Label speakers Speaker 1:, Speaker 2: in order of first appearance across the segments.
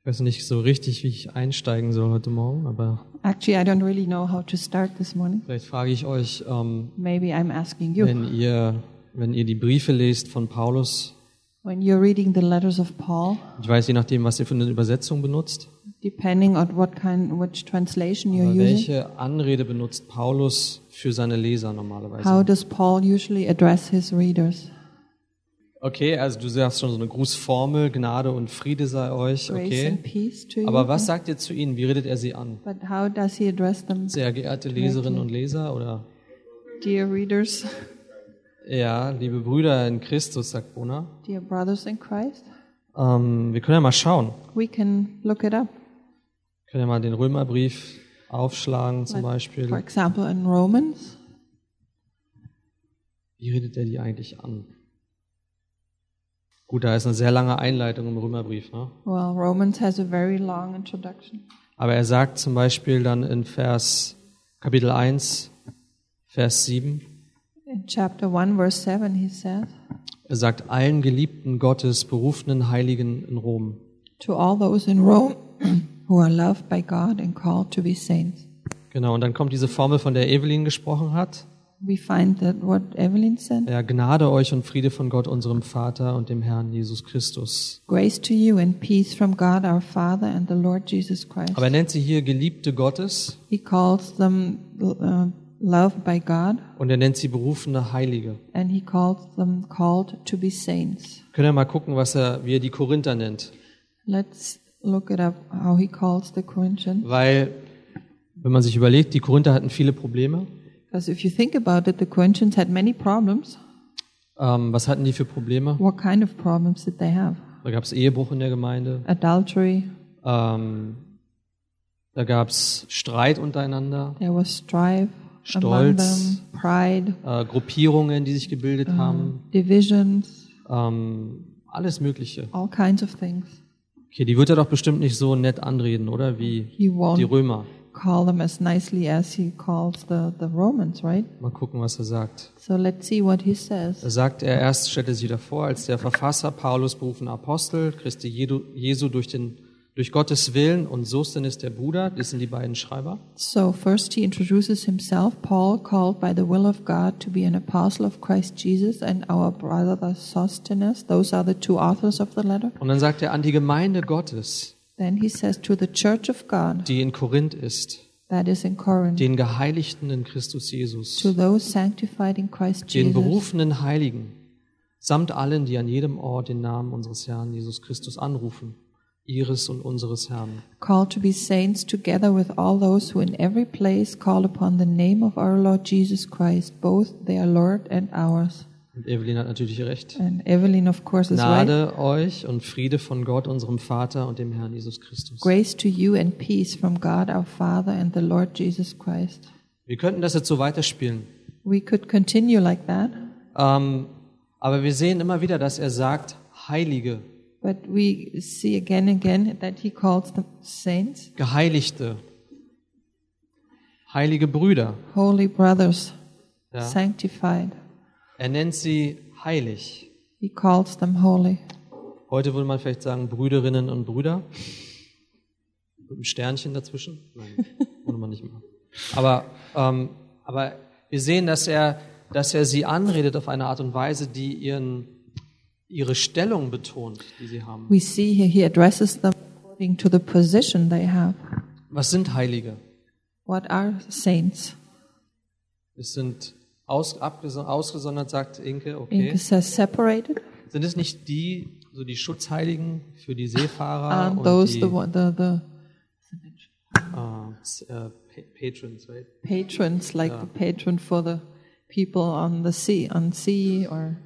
Speaker 1: Ich weiß nicht so richtig, wie ich einsteigen soll heute Morgen, aber
Speaker 2: Actually, I don't really know how to start this morning.
Speaker 1: vielleicht frage ich euch, ähm,
Speaker 2: Maybe I'm asking you.
Speaker 1: wenn, ihr, wenn ihr die Briefe lest von Paulus,
Speaker 2: When you're reading the letters of Paul,
Speaker 1: ich weiß je nachdem, was ihr für eine Übersetzung benutzt,
Speaker 2: depending on what kind, which translation you're
Speaker 1: aber
Speaker 2: using,
Speaker 1: welche Anrede benutzt Paulus für seine Leser normalerweise?
Speaker 2: how does Paul usually address his readers?
Speaker 1: Okay, also du sagst schon so eine Grußformel, Gnade und Friede sei euch,
Speaker 2: Grace
Speaker 1: okay.
Speaker 2: and peace to you.
Speaker 1: Aber was sagt ihr zu ihnen? Wie redet er sie an?
Speaker 2: But how does he address them,
Speaker 1: Sehr geehrte Leserinnen und Leser oder
Speaker 2: dear readers,
Speaker 1: ja, liebe Brüder in Christus, sagt Bona.
Speaker 2: dear brothers in Christ?
Speaker 1: Ähm, wir können ja mal schauen.
Speaker 2: We can look it up.
Speaker 1: Wir können ja mal den Römerbrief aufschlagen zum
Speaker 2: For
Speaker 1: Beispiel.
Speaker 2: example, in Romans,
Speaker 1: Wie redet er die eigentlich an? Gut, da ist eine sehr lange Einleitung im Römerbrief. Ne?
Speaker 2: well, Romans has a very long introduction.
Speaker 1: Aber er sagt zum Beispiel dann in Vers Kapitel 1, Vers 7,
Speaker 2: In chapter 1, verse 7, he says,
Speaker 1: Er sagt allen Geliebten Gottes, berufenen Heiligen in Rom.
Speaker 2: To all those in Rome who are loved by God and called to be saints.
Speaker 1: Genau, und dann kommt diese Formel, von der Evelyn gesprochen hat.
Speaker 2: We find that what Evelyn said
Speaker 1: Ja, Gnade euch und Friede von Gott, unserem Vater und dem Herrn Jesus Christus.
Speaker 2: Grace to you and peace from God our Father and the Lord Jesus Christ.
Speaker 1: Aber er nennt sie hier Geliebte Gottes
Speaker 2: He calls them uh, loved by God
Speaker 1: und er nennt sie berufene Heilige.
Speaker 2: and he calls them called to be saints.
Speaker 1: Können wir mal gucken, was er, wie er die Korinther nennt.
Speaker 2: Let's look it up how he calls the Corinthians.
Speaker 1: Weil, wenn man sich überlegt, die Korinther hatten viele Probleme.
Speaker 2: Because if you think about it, the Corinthians had many problems.
Speaker 1: Ähm, was hatten die für Probleme?
Speaker 2: What kind of problems did they have?
Speaker 1: Da gab es Ehebruch in der Gemeinde.
Speaker 2: Adultery,
Speaker 1: Ähm, da gab es Streit untereinander.
Speaker 2: there was strife among
Speaker 1: Stolz.
Speaker 2: them, pride,
Speaker 1: äh, Gruppierungen, die sich gebildet haben,
Speaker 2: divisions,
Speaker 1: ähm, alles Mögliche.
Speaker 2: all kinds of things.
Speaker 1: Okay, die wird er doch bestimmt nicht so nett anreden, oder? Wie
Speaker 2: He
Speaker 1: die
Speaker 2: won't
Speaker 1: Römer.
Speaker 2: call them as nicely as he calls the, the Romans, right?
Speaker 1: Mal gucken, was er sagt.
Speaker 2: So let's see what he says.
Speaker 1: Da sagt er erst, stellt er sich wieder vor, als der Verfasser Paulus berufener Apostel, Christi Jedu- Jesu durch, den, durch Gottes Willen und Sostenes der Bruder, das sind die beiden Schreiber.
Speaker 2: So first he introduces himself, Paul, called by the will of God to be an apostle of Christ Jesus, and our brother the Sostenes. Those are the two authors of the letter.
Speaker 1: Und dann sagt er an die Gemeinde Gottes,
Speaker 2: Then he says to the church of God
Speaker 1: die in Korinth ist,
Speaker 2: that is in Corinth,
Speaker 1: den Geheiligten in Christus
Speaker 2: to
Speaker 1: Jesus,
Speaker 2: those sanctified in Christ
Speaker 1: den
Speaker 2: Jesus,
Speaker 1: berufenen Heiligen, samt allen, die an jedem Ort den Namen unseres Herrn Jesus Christus anrufen, ihres und unseres Herrn.
Speaker 2: called to be saints together with all those who in every place call upon the name of our Lord Jesus Christ, both their Lord and ours.
Speaker 1: Und Evelyn hat natürlich recht.
Speaker 2: And Evelyn, of course, is right.
Speaker 1: Gnade euch und Friede von Gott, unserem Vater und dem Herrn Jesus Christus.
Speaker 2: Grace to you and peace from God our Father and the Lord Jesus Christ.
Speaker 1: Wir könnten das jetzt so weiterspielen.
Speaker 2: We could continue like that,
Speaker 1: Ähm, aber wir sehen immer wieder, dass er sagt, Heilige,
Speaker 2: but we see again and again that he calls them saints,
Speaker 1: Geheiligte, heilige Brüder.
Speaker 2: holy brothers,
Speaker 1: Ja.
Speaker 2: sanctified.
Speaker 1: Er nennt sie heilig.
Speaker 2: He calls them holy.
Speaker 1: Heute würde man vielleicht sagen Brüderinnen und Brüder. Mit einem Sternchen dazwischen. Nein, würde man nicht machen. Aber, ähm, aber wir sehen, dass er, dass er sie anredet auf eine Art und Weise, die ihren, ihre Stellung betont, die sie haben.
Speaker 2: We see here he addresses them according to the position they have.
Speaker 1: Was sind Heilige?
Speaker 2: What are saints?
Speaker 1: Es sind aus, abgeson- ausgesondert, sagt Inke, okay.
Speaker 2: Inke says separated.
Speaker 1: Sind es nicht die, so die Schutzheiligen für die Seefahrer
Speaker 2: and
Speaker 1: und
Speaker 2: Ah, um, those
Speaker 1: die
Speaker 2: the, one- the the
Speaker 1: äh, s- äh, Pa- Patrons, right?
Speaker 2: patrons, like the patron for the people on the sea, on sea or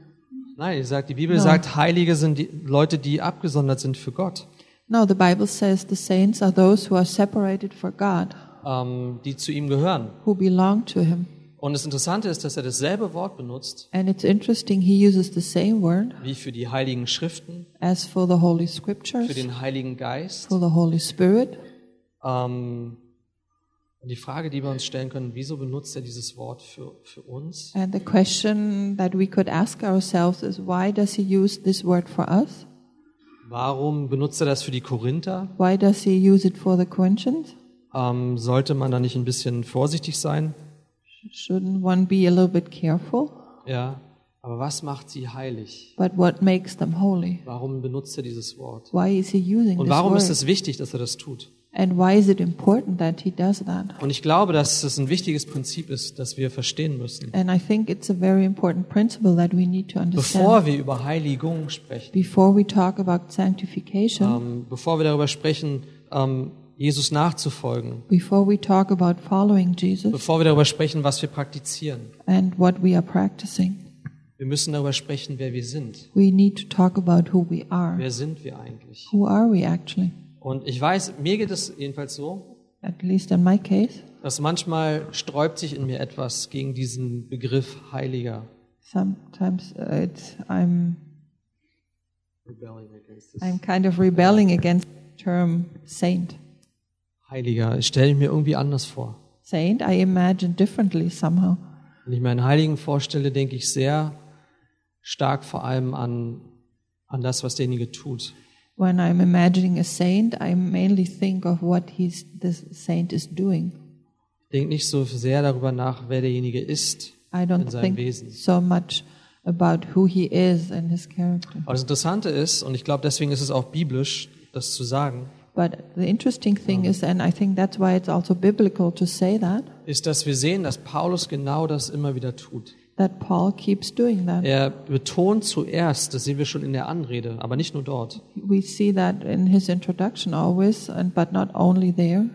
Speaker 1: Nein, ich sag, die Bibel sagt, Heilige sind die Leute, die abgesondert sind für Gott,
Speaker 2: no. The Bible says the saints are those who are separated for God,
Speaker 1: ähm, die zu ihm gehören.
Speaker 2: who belong to Him.
Speaker 1: Und das Interessante ist, dass er dasselbe Wort benutzt
Speaker 2: And it's interesting he uses the same word
Speaker 1: wie für die Heiligen Schriften,
Speaker 2: as for the Holy
Speaker 1: für
Speaker 2: Scriptures,
Speaker 1: den Heiligen Geist.
Speaker 2: for the Holy Spirit.
Speaker 1: Ähm, und die Frage, die wir uns stellen können, wieso benutzt er dieses Wort für, für uns?
Speaker 2: And the question that we could ask ourselves is why does he use this word for us?
Speaker 1: Warum benutzt er das für die Korinther?
Speaker 2: Why does he use it for the Corinthians?
Speaker 1: Ähm, sollte man da nicht ein bisschen vorsichtig sein?
Speaker 2: Shouldn't one be a little bit careful?
Speaker 1: Ja. Aber was macht sie heilig?
Speaker 2: But what makes them holy?
Speaker 1: Warum benutzt er dieses Wort?
Speaker 2: Why is he using
Speaker 1: Und
Speaker 2: this
Speaker 1: warum
Speaker 2: word?
Speaker 1: ist es wichtig, dass er das tut?
Speaker 2: and why is it important that he does that?
Speaker 1: Und ich glaube, dass es ein wichtiges Prinzip ist, das wir verstehen müssen.
Speaker 2: And I think it's a very important principle that we need to understand
Speaker 1: Bevor wir über Heiligung sprechen,
Speaker 2: before we Um, talk about sanctification,
Speaker 1: ähm, bevor wir darüber sprechen, ähm, Jesus nachzufolgen,
Speaker 2: before we talk about following Jesus
Speaker 1: bevor wir darüber sprechen, was wir praktizieren,
Speaker 2: and what we are practicing.
Speaker 1: wir müssen darüber sprechen, wer wir sind.
Speaker 2: We need to talk about who we are.
Speaker 1: Wer sind wir eigentlich?
Speaker 2: Who are we actually?
Speaker 1: Und ich weiß, mir geht es jedenfalls so,
Speaker 2: At least in my case,
Speaker 1: dass manchmal sträubt sich in mir etwas gegen diesen Begriff Heiliger.
Speaker 2: sometimes uh, it's I'm
Speaker 1: Rebellion against
Speaker 2: I'm
Speaker 1: this.
Speaker 2: kind of rebelling against the term saint.
Speaker 1: Heiliger. Ich stelle ihn mir irgendwie anders vor.
Speaker 2: Saint, I imagine differently somehow.
Speaker 1: Wenn ich mir einen Heiligen vorstelle, denke ich sehr stark vor allem an, an das, was derjenige tut.
Speaker 2: When I'm imagining a saint, I mainly think of what he's, this saint is doing.
Speaker 1: Ich denke nicht so sehr darüber nach, wer derjenige ist.
Speaker 2: I don't
Speaker 1: in seinem
Speaker 2: think
Speaker 1: Wesen.
Speaker 2: so much about who he is and his character.
Speaker 1: Aber das Interessante ist, und ich glaube, deswegen ist es auch biblisch, das zu sagen,
Speaker 2: But the interesting thing is, and I think that's why it's also biblical to say that,
Speaker 1: ist, dass wir sehen, dass Paulus genau das immer wieder tut.
Speaker 2: that Paul keeps doing that.
Speaker 1: Er betont zuerst, das sehen wir schon in der Anrede, aber nicht nur dort.
Speaker 2: We see that in his introduction always, and but not only there.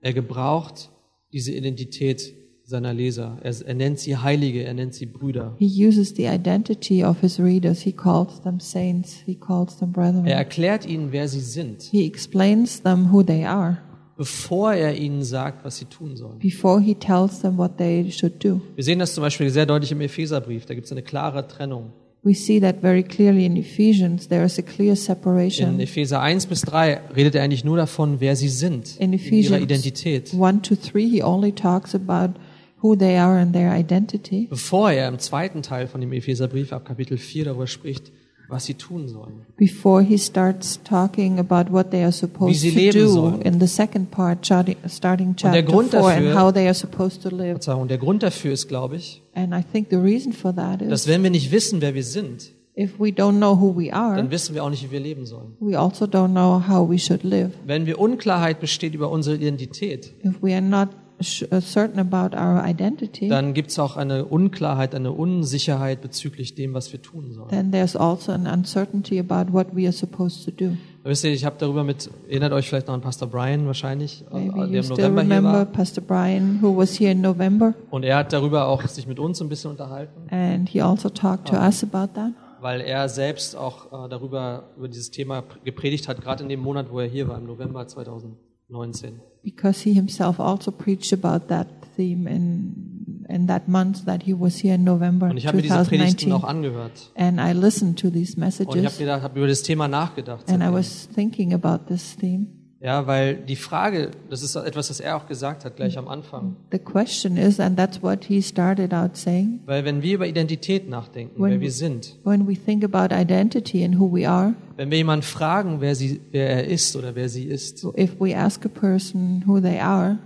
Speaker 1: Er gebraucht diese Identität seiner Leser. Er, er nennt sie Heilige, er nennt sie Brüder.
Speaker 2: He uses the identity of his readers. He calls them saints. He calls them brethren.
Speaker 1: Er erklärt ihnen, wer sie sind,
Speaker 2: He explains them who they are
Speaker 1: bevor er ihnen sagt, was sie tun sollen.
Speaker 2: before he tells them what they should do.
Speaker 1: Wir sehen das zum Beispiel sehr deutlich im Epheserbrief. Da gibt es eine klare Trennung.
Speaker 2: We see that very clearly in Ephesians. There is a clear
Speaker 1: In
Speaker 2: separation.
Speaker 1: Epheser 1 bis 3 redet er eigentlich nur davon, wer sie sind,
Speaker 2: In
Speaker 1: ihrer
Speaker 2: Ephesians
Speaker 1: Identität,
Speaker 2: 1 to 3, he only talks about who they are and their identity
Speaker 1: bevor er im zweiten Teil von dem Epheserbrief ab Kapitel 4 darüber spricht, was sie tun sollen.
Speaker 2: before he starts talking about what they are supposed
Speaker 1: sie
Speaker 2: to
Speaker 1: leben
Speaker 2: do
Speaker 1: sollen.
Speaker 2: in the second part, charti- starting
Speaker 1: der
Speaker 2: chapter 4,
Speaker 1: Grund
Speaker 2: and
Speaker 1: dafür-
Speaker 2: how they are supposed to live.
Speaker 1: Verzeihung, der Grund dafür ist, glaube ich,
Speaker 2: And I think the reason for that is
Speaker 1: dass wenn wir nicht wissen, wer wir sind,
Speaker 2: if we don't know who we are,
Speaker 1: dann wissen wir auch nicht, wie wir leben sollen.
Speaker 2: we also don't know how we should live.
Speaker 1: Wenn wir Unklarheit besteht über unsere Identität,
Speaker 2: If we are not sh- uh, certain about our identity,
Speaker 1: dann gibt es auch eine Unklarheit, eine Unsicherheit bezüglich dem, was wir tun sollen.
Speaker 2: then there's also an uncertainty about what we are supposed to do.
Speaker 1: Wisst ihr, ich habe darüber mit, erinnert euch vielleicht noch an Pastor Brian wahrscheinlich, äh,
Speaker 2: Maybe you
Speaker 1: der im
Speaker 2: still
Speaker 1: November hier
Speaker 2: remember
Speaker 1: war.
Speaker 2: Pastor Brian, who was here in November,
Speaker 1: Und er hat darüber auch sich mit uns ein bisschen unterhalten,
Speaker 2: and he also talked to
Speaker 1: Ah.
Speaker 2: us about that
Speaker 1: weil er selbst auch äh, darüber, über dieses Thema pr- gepredigt hat, gerade in dem Monat, wo er hier war, im November 2019.
Speaker 2: because he himself also preached about that theme in in that month that he was here in November
Speaker 1: Und ich habe mir diese Predigten auch
Speaker 2: 2019.
Speaker 1: angehört.
Speaker 2: And I listened to these
Speaker 1: Und ich habe
Speaker 2: messages,
Speaker 1: gedacht, habe über das Thema nachgedacht.
Speaker 2: and I was thinking about this theme.
Speaker 1: Ja, weil die Frage, das ist etwas, was er auch gesagt hat, gleich am Anfang.
Speaker 2: The question is, and that's what he started out saying.
Speaker 1: Weil wenn wir über Identität nachdenken,
Speaker 2: When-
Speaker 1: wer wir sind,
Speaker 2: When we think about identity and who we are,
Speaker 1: wenn wir jemanden fragen, wer, sie, wer er ist oder wer sie ist,
Speaker 2: if we ask a person who they are,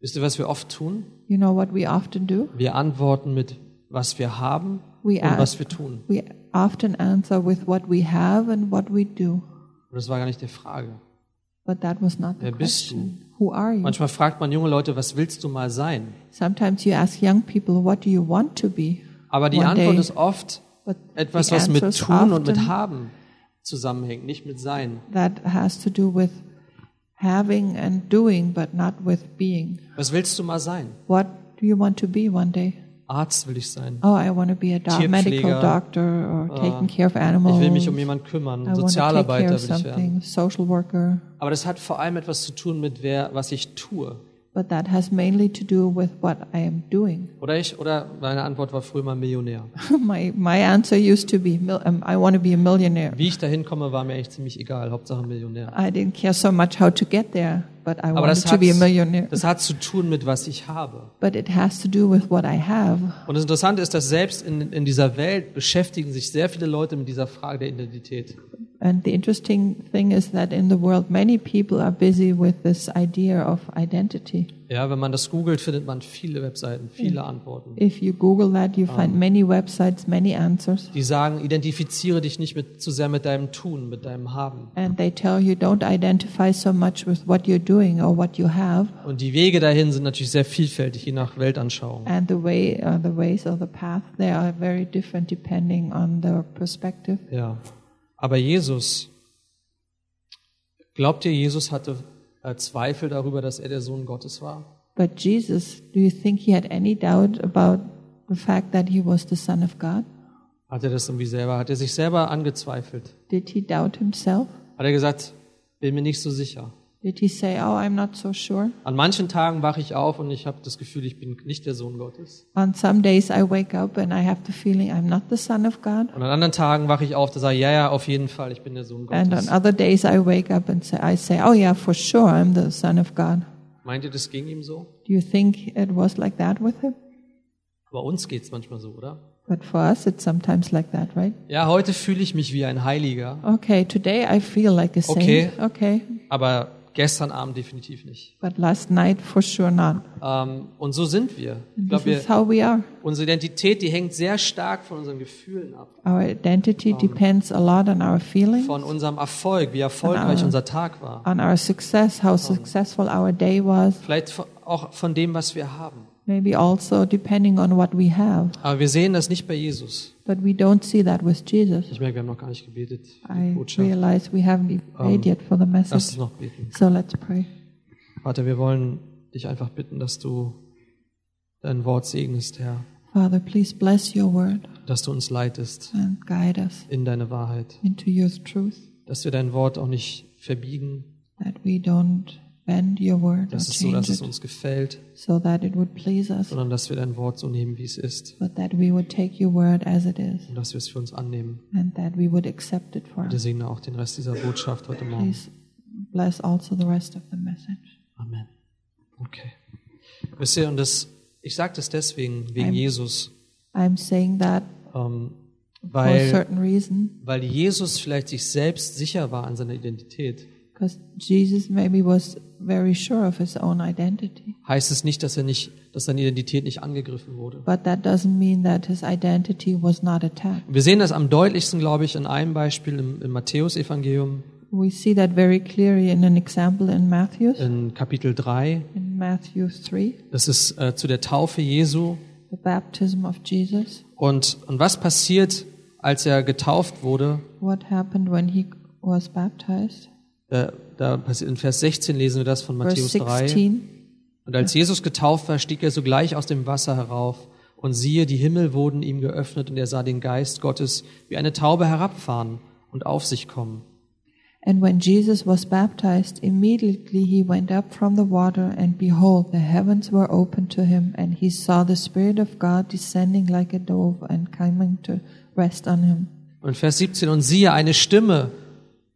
Speaker 1: wisst ihr, was wir oft tun?
Speaker 2: you know what we often do?
Speaker 1: Wir antworten mit, was wir haben
Speaker 2: We
Speaker 1: und
Speaker 2: ask-
Speaker 1: was wir tun.
Speaker 2: We often answer with what we have and what we do,
Speaker 1: Und das war gar nicht die Frage.
Speaker 2: but that was not the
Speaker 1: Wer bist
Speaker 2: question. Who are you?
Speaker 1: Manchmal fragt man junge Leute, was willst du mal sein?
Speaker 2: Sometimes you ask young people, "What do you want to be?"
Speaker 1: Aber die
Speaker 2: One
Speaker 1: Antwort
Speaker 2: day.
Speaker 1: ist oft
Speaker 2: But
Speaker 1: etwas,
Speaker 2: the
Speaker 1: was mit
Speaker 2: answers
Speaker 1: tun und mit
Speaker 2: often-
Speaker 1: haben zusammenhängt, nicht mit sein.
Speaker 2: that has to do with having and doing, but not with being.
Speaker 1: Was willst du mal sein?
Speaker 2: What do you want to be one day?
Speaker 1: Arzt will ich sein.
Speaker 2: Oh, I want to be a doc-
Speaker 1: Tierpfleger.
Speaker 2: medical doctor or taking care of
Speaker 1: Ah. Ich
Speaker 2: animals.
Speaker 1: will mich um jemanden kümmern.
Speaker 2: I want to take care
Speaker 1: Sozialarbeiter
Speaker 2: of
Speaker 1: will ich werden.
Speaker 2: something, social worker.
Speaker 1: Aber das hat vor allem etwas zu tun mit wer, was ich tue.
Speaker 2: But that has mainly to do with what I am doing.
Speaker 1: Oder ich, oder meine Antwort war früher mal Millionär.
Speaker 2: my my answer used to be mil- um, I want to be a millionaire.
Speaker 1: Wie ich dahin komme, war mir eigentlich ziemlich egal. Hauptsache Millionär.
Speaker 2: I didn't care so much how to get there, but I
Speaker 1: Aber das
Speaker 2: wanted to
Speaker 1: hat,
Speaker 2: be a millionaire.
Speaker 1: das hat zu tun mit was ich habe.
Speaker 2: But it has to do with what I have.
Speaker 1: Und das Interessante ist, dass selbst in, in dieser Welt beschäftigen sich sehr viele Leute mit dieser Frage der Identität.
Speaker 2: And the interesting thing is that in the world, many people are busy with this idea of identity.
Speaker 1: Ja, wenn man das googelt, findet man viele Webseiten, viele Antworten.
Speaker 2: If you Google that, you
Speaker 1: Um.
Speaker 2: find many websites, many answers.
Speaker 1: Die sagen, identifiziere dich nicht mit, zu sehr mit deinem Tun, mit deinem Haben.
Speaker 2: And they tell you don't identify so much with what you're doing or what you have.
Speaker 1: Und die Wege dahin sind natürlich sehr vielfältig, je nach Weltanschauung.
Speaker 2: And the way, uh, the ways or the path, they are very different depending on the perspective.
Speaker 1: Ja. Aber Jesus, glaubt ihr, Jesus hatte äh, Zweifel darüber, dass er der Sohn Gottes war?
Speaker 2: But Jesus, do you think he had any doubt about the fact that he was the Son of God?
Speaker 1: Hat er das irgendwie selber, hat er sich selber angezweifelt?
Speaker 2: Did he doubt himself?
Speaker 1: Hat er gesagt, bin mir nicht so sicher?
Speaker 2: Did he say, Oh, I'm not so sure?
Speaker 1: An manchen Tagen wache ich auf und ich habe das Gefühl, ich bin nicht der Sohn Gottes.
Speaker 2: On some days I wake up and I have the feeling I'm not the Son of God.
Speaker 1: Und an anderen Tagen wache ich auf, da sage ich, ja, ja, auf jeden Fall, ich bin der Sohn
Speaker 2: And on
Speaker 1: Gottes.
Speaker 2: other days I wake up and say, I say, Oh, yeah, for sure, I'm the Son of God.
Speaker 1: Meint ihr, das ging ihm so?
Speaker 2: Do you think it was like that with him?
Speaker 1: Aber uns geht's manchmal so, oder?
Speaker 2: But for us, it's sometimes like that, right?
Speaker 1: Ja, heute fühle ich mich wie ein Heiliger,
Speaker 2: Okay, today I feel like a saint.
Speaker 1: Okay.
Speaker 2: Okay.
Speaker 1: aber gestern Abend definitiv nicht.
Speaker 2: But last night, for sure not.
Speaker 1: Ähm, und so sind wir. Ich
Speaker 2: This
Speaker 1: glaube, wir,
Speaker 2: is how we are.
Speaker 1: unsere Identität, die hängt sehr stark von unseren Gefühlen ab,
Speaker 2: Our identity depends a lot on our feelings,
Speaker 1: von unserem Erfolg, wie erfolgreich unser Tag war.
Speaker 2: on our success, how successful our day was,
Speaker 1: Vielleicht von- auch von dem, was wir haben.
Speaker 2: maybe also depending on what we have.
Speaker 1: Aber wir sehen das nicht bei Jesus.
Speaker 2: But we don't see that with Jesus.
Speaker 1: Ich merke, wir haben noch gar nicht gebetet. für Die
Speaker 2: I
Speaker 1: Botschaft.
Speaker 2: realize we haven't even prayed yet for the
Speaker 1: Lass uns
Speaker 2: message.
Speaker 1: noch beten.
Speaker 2: So let's pray.
Speaker 1: Vater, wir wollen dich einfach bitten, dass du dein Wort segnest, Herr.
Speaker 2: Father, please bless your word
Speaker 1: Dass du uns leitest
Speaker 2: and guide us
Speaker 1: in deine Wahrheit.
Speaker 2: into your truth,
Speaker 1: Dass wir dein Wort auch nicht verbiegen.
Speaker 2: that we don't bend your word or
Speaker 1: Das ist so, dass
Speaker 2: change
Speaker 1: es
Speaker 2: it
Speaker 1: uns gefällt,
Speaker 2: so that it would please us,
Speaker 1: sondern dass wir dein Wort so nehmen, wie es ist.
Speaker 2: but that we would take your word as it is
Speaker 1: Und dass wir es für uns annehmen.
Speaker 2: and that we would accept it for
Speaker 1: Bitte
Speaker 2: us.
Speaker 1: segne auch den Rest dieser Botschaft heute Morgen.
Speaker 2: Please bless also the rest of the message.
Speaker 1: Amen. Okay. Wisst ihr, und das, ich sage das deswegen, wegen
Speaker 2: Amen.
Speaker 1: Jesus,
Speaker 2: I'm saying that
Speaker 1: ähm,
Speaker 2: for a
Speaker 1: weil,
Speaker 2: certain reason,
Speaker 1: weil Jesus vielleicht sich selbst sicher war an seiner Identität,
Speaker 2: because Jesus maybe was very sure of his own identity.
Speaker 1: heißt es nicht, dass er nicht, dass seine Identität nicht angegriffen wurde.
Speaker 2: But that doesn't mean that his identity was not attacked.
Speaker 1: Wir sehen das am deutlichsten, glaube ich, in einem Beispiel im, im Matthäusevangelium,
Speaker 2: We see that very clearly in an example in Matthew,
Speaker 1: in Kapitel 3.
Speaker 2: in Matthew 3,
Speaker 1: Das ist äh, zu der Taufe Jesu.
Speaker 2: the baptism of Jesus.
Speaker 1: Und, und was passiert, als er getauft wurde?
Speaker 2: What happened when he was baptized?
Speaker 1: Da, Äh, da passiert, in Vers 16 lesen wir das von
Speaker 2: Verse
Speaker 1: Matthäus 3.
Speaker 2: 16.
Speaker 1: Und als Jesus getauft war, stieg er sogleich aus dem Wasser herauf. Und siehe, die Himmel wurden ihm geöffnet und er sah den Geist Gottes wie eine Taube herabfahren und auf sich kommen.
Speaker 2: And when Jesus was baptized, immediately he went up from the water, and behold, the heavens were opened to him, and he saw the Spirit of God descending like a dove and coming to rest on him.
Speaker 1: Und Vers 17, und siehe, eine Stimme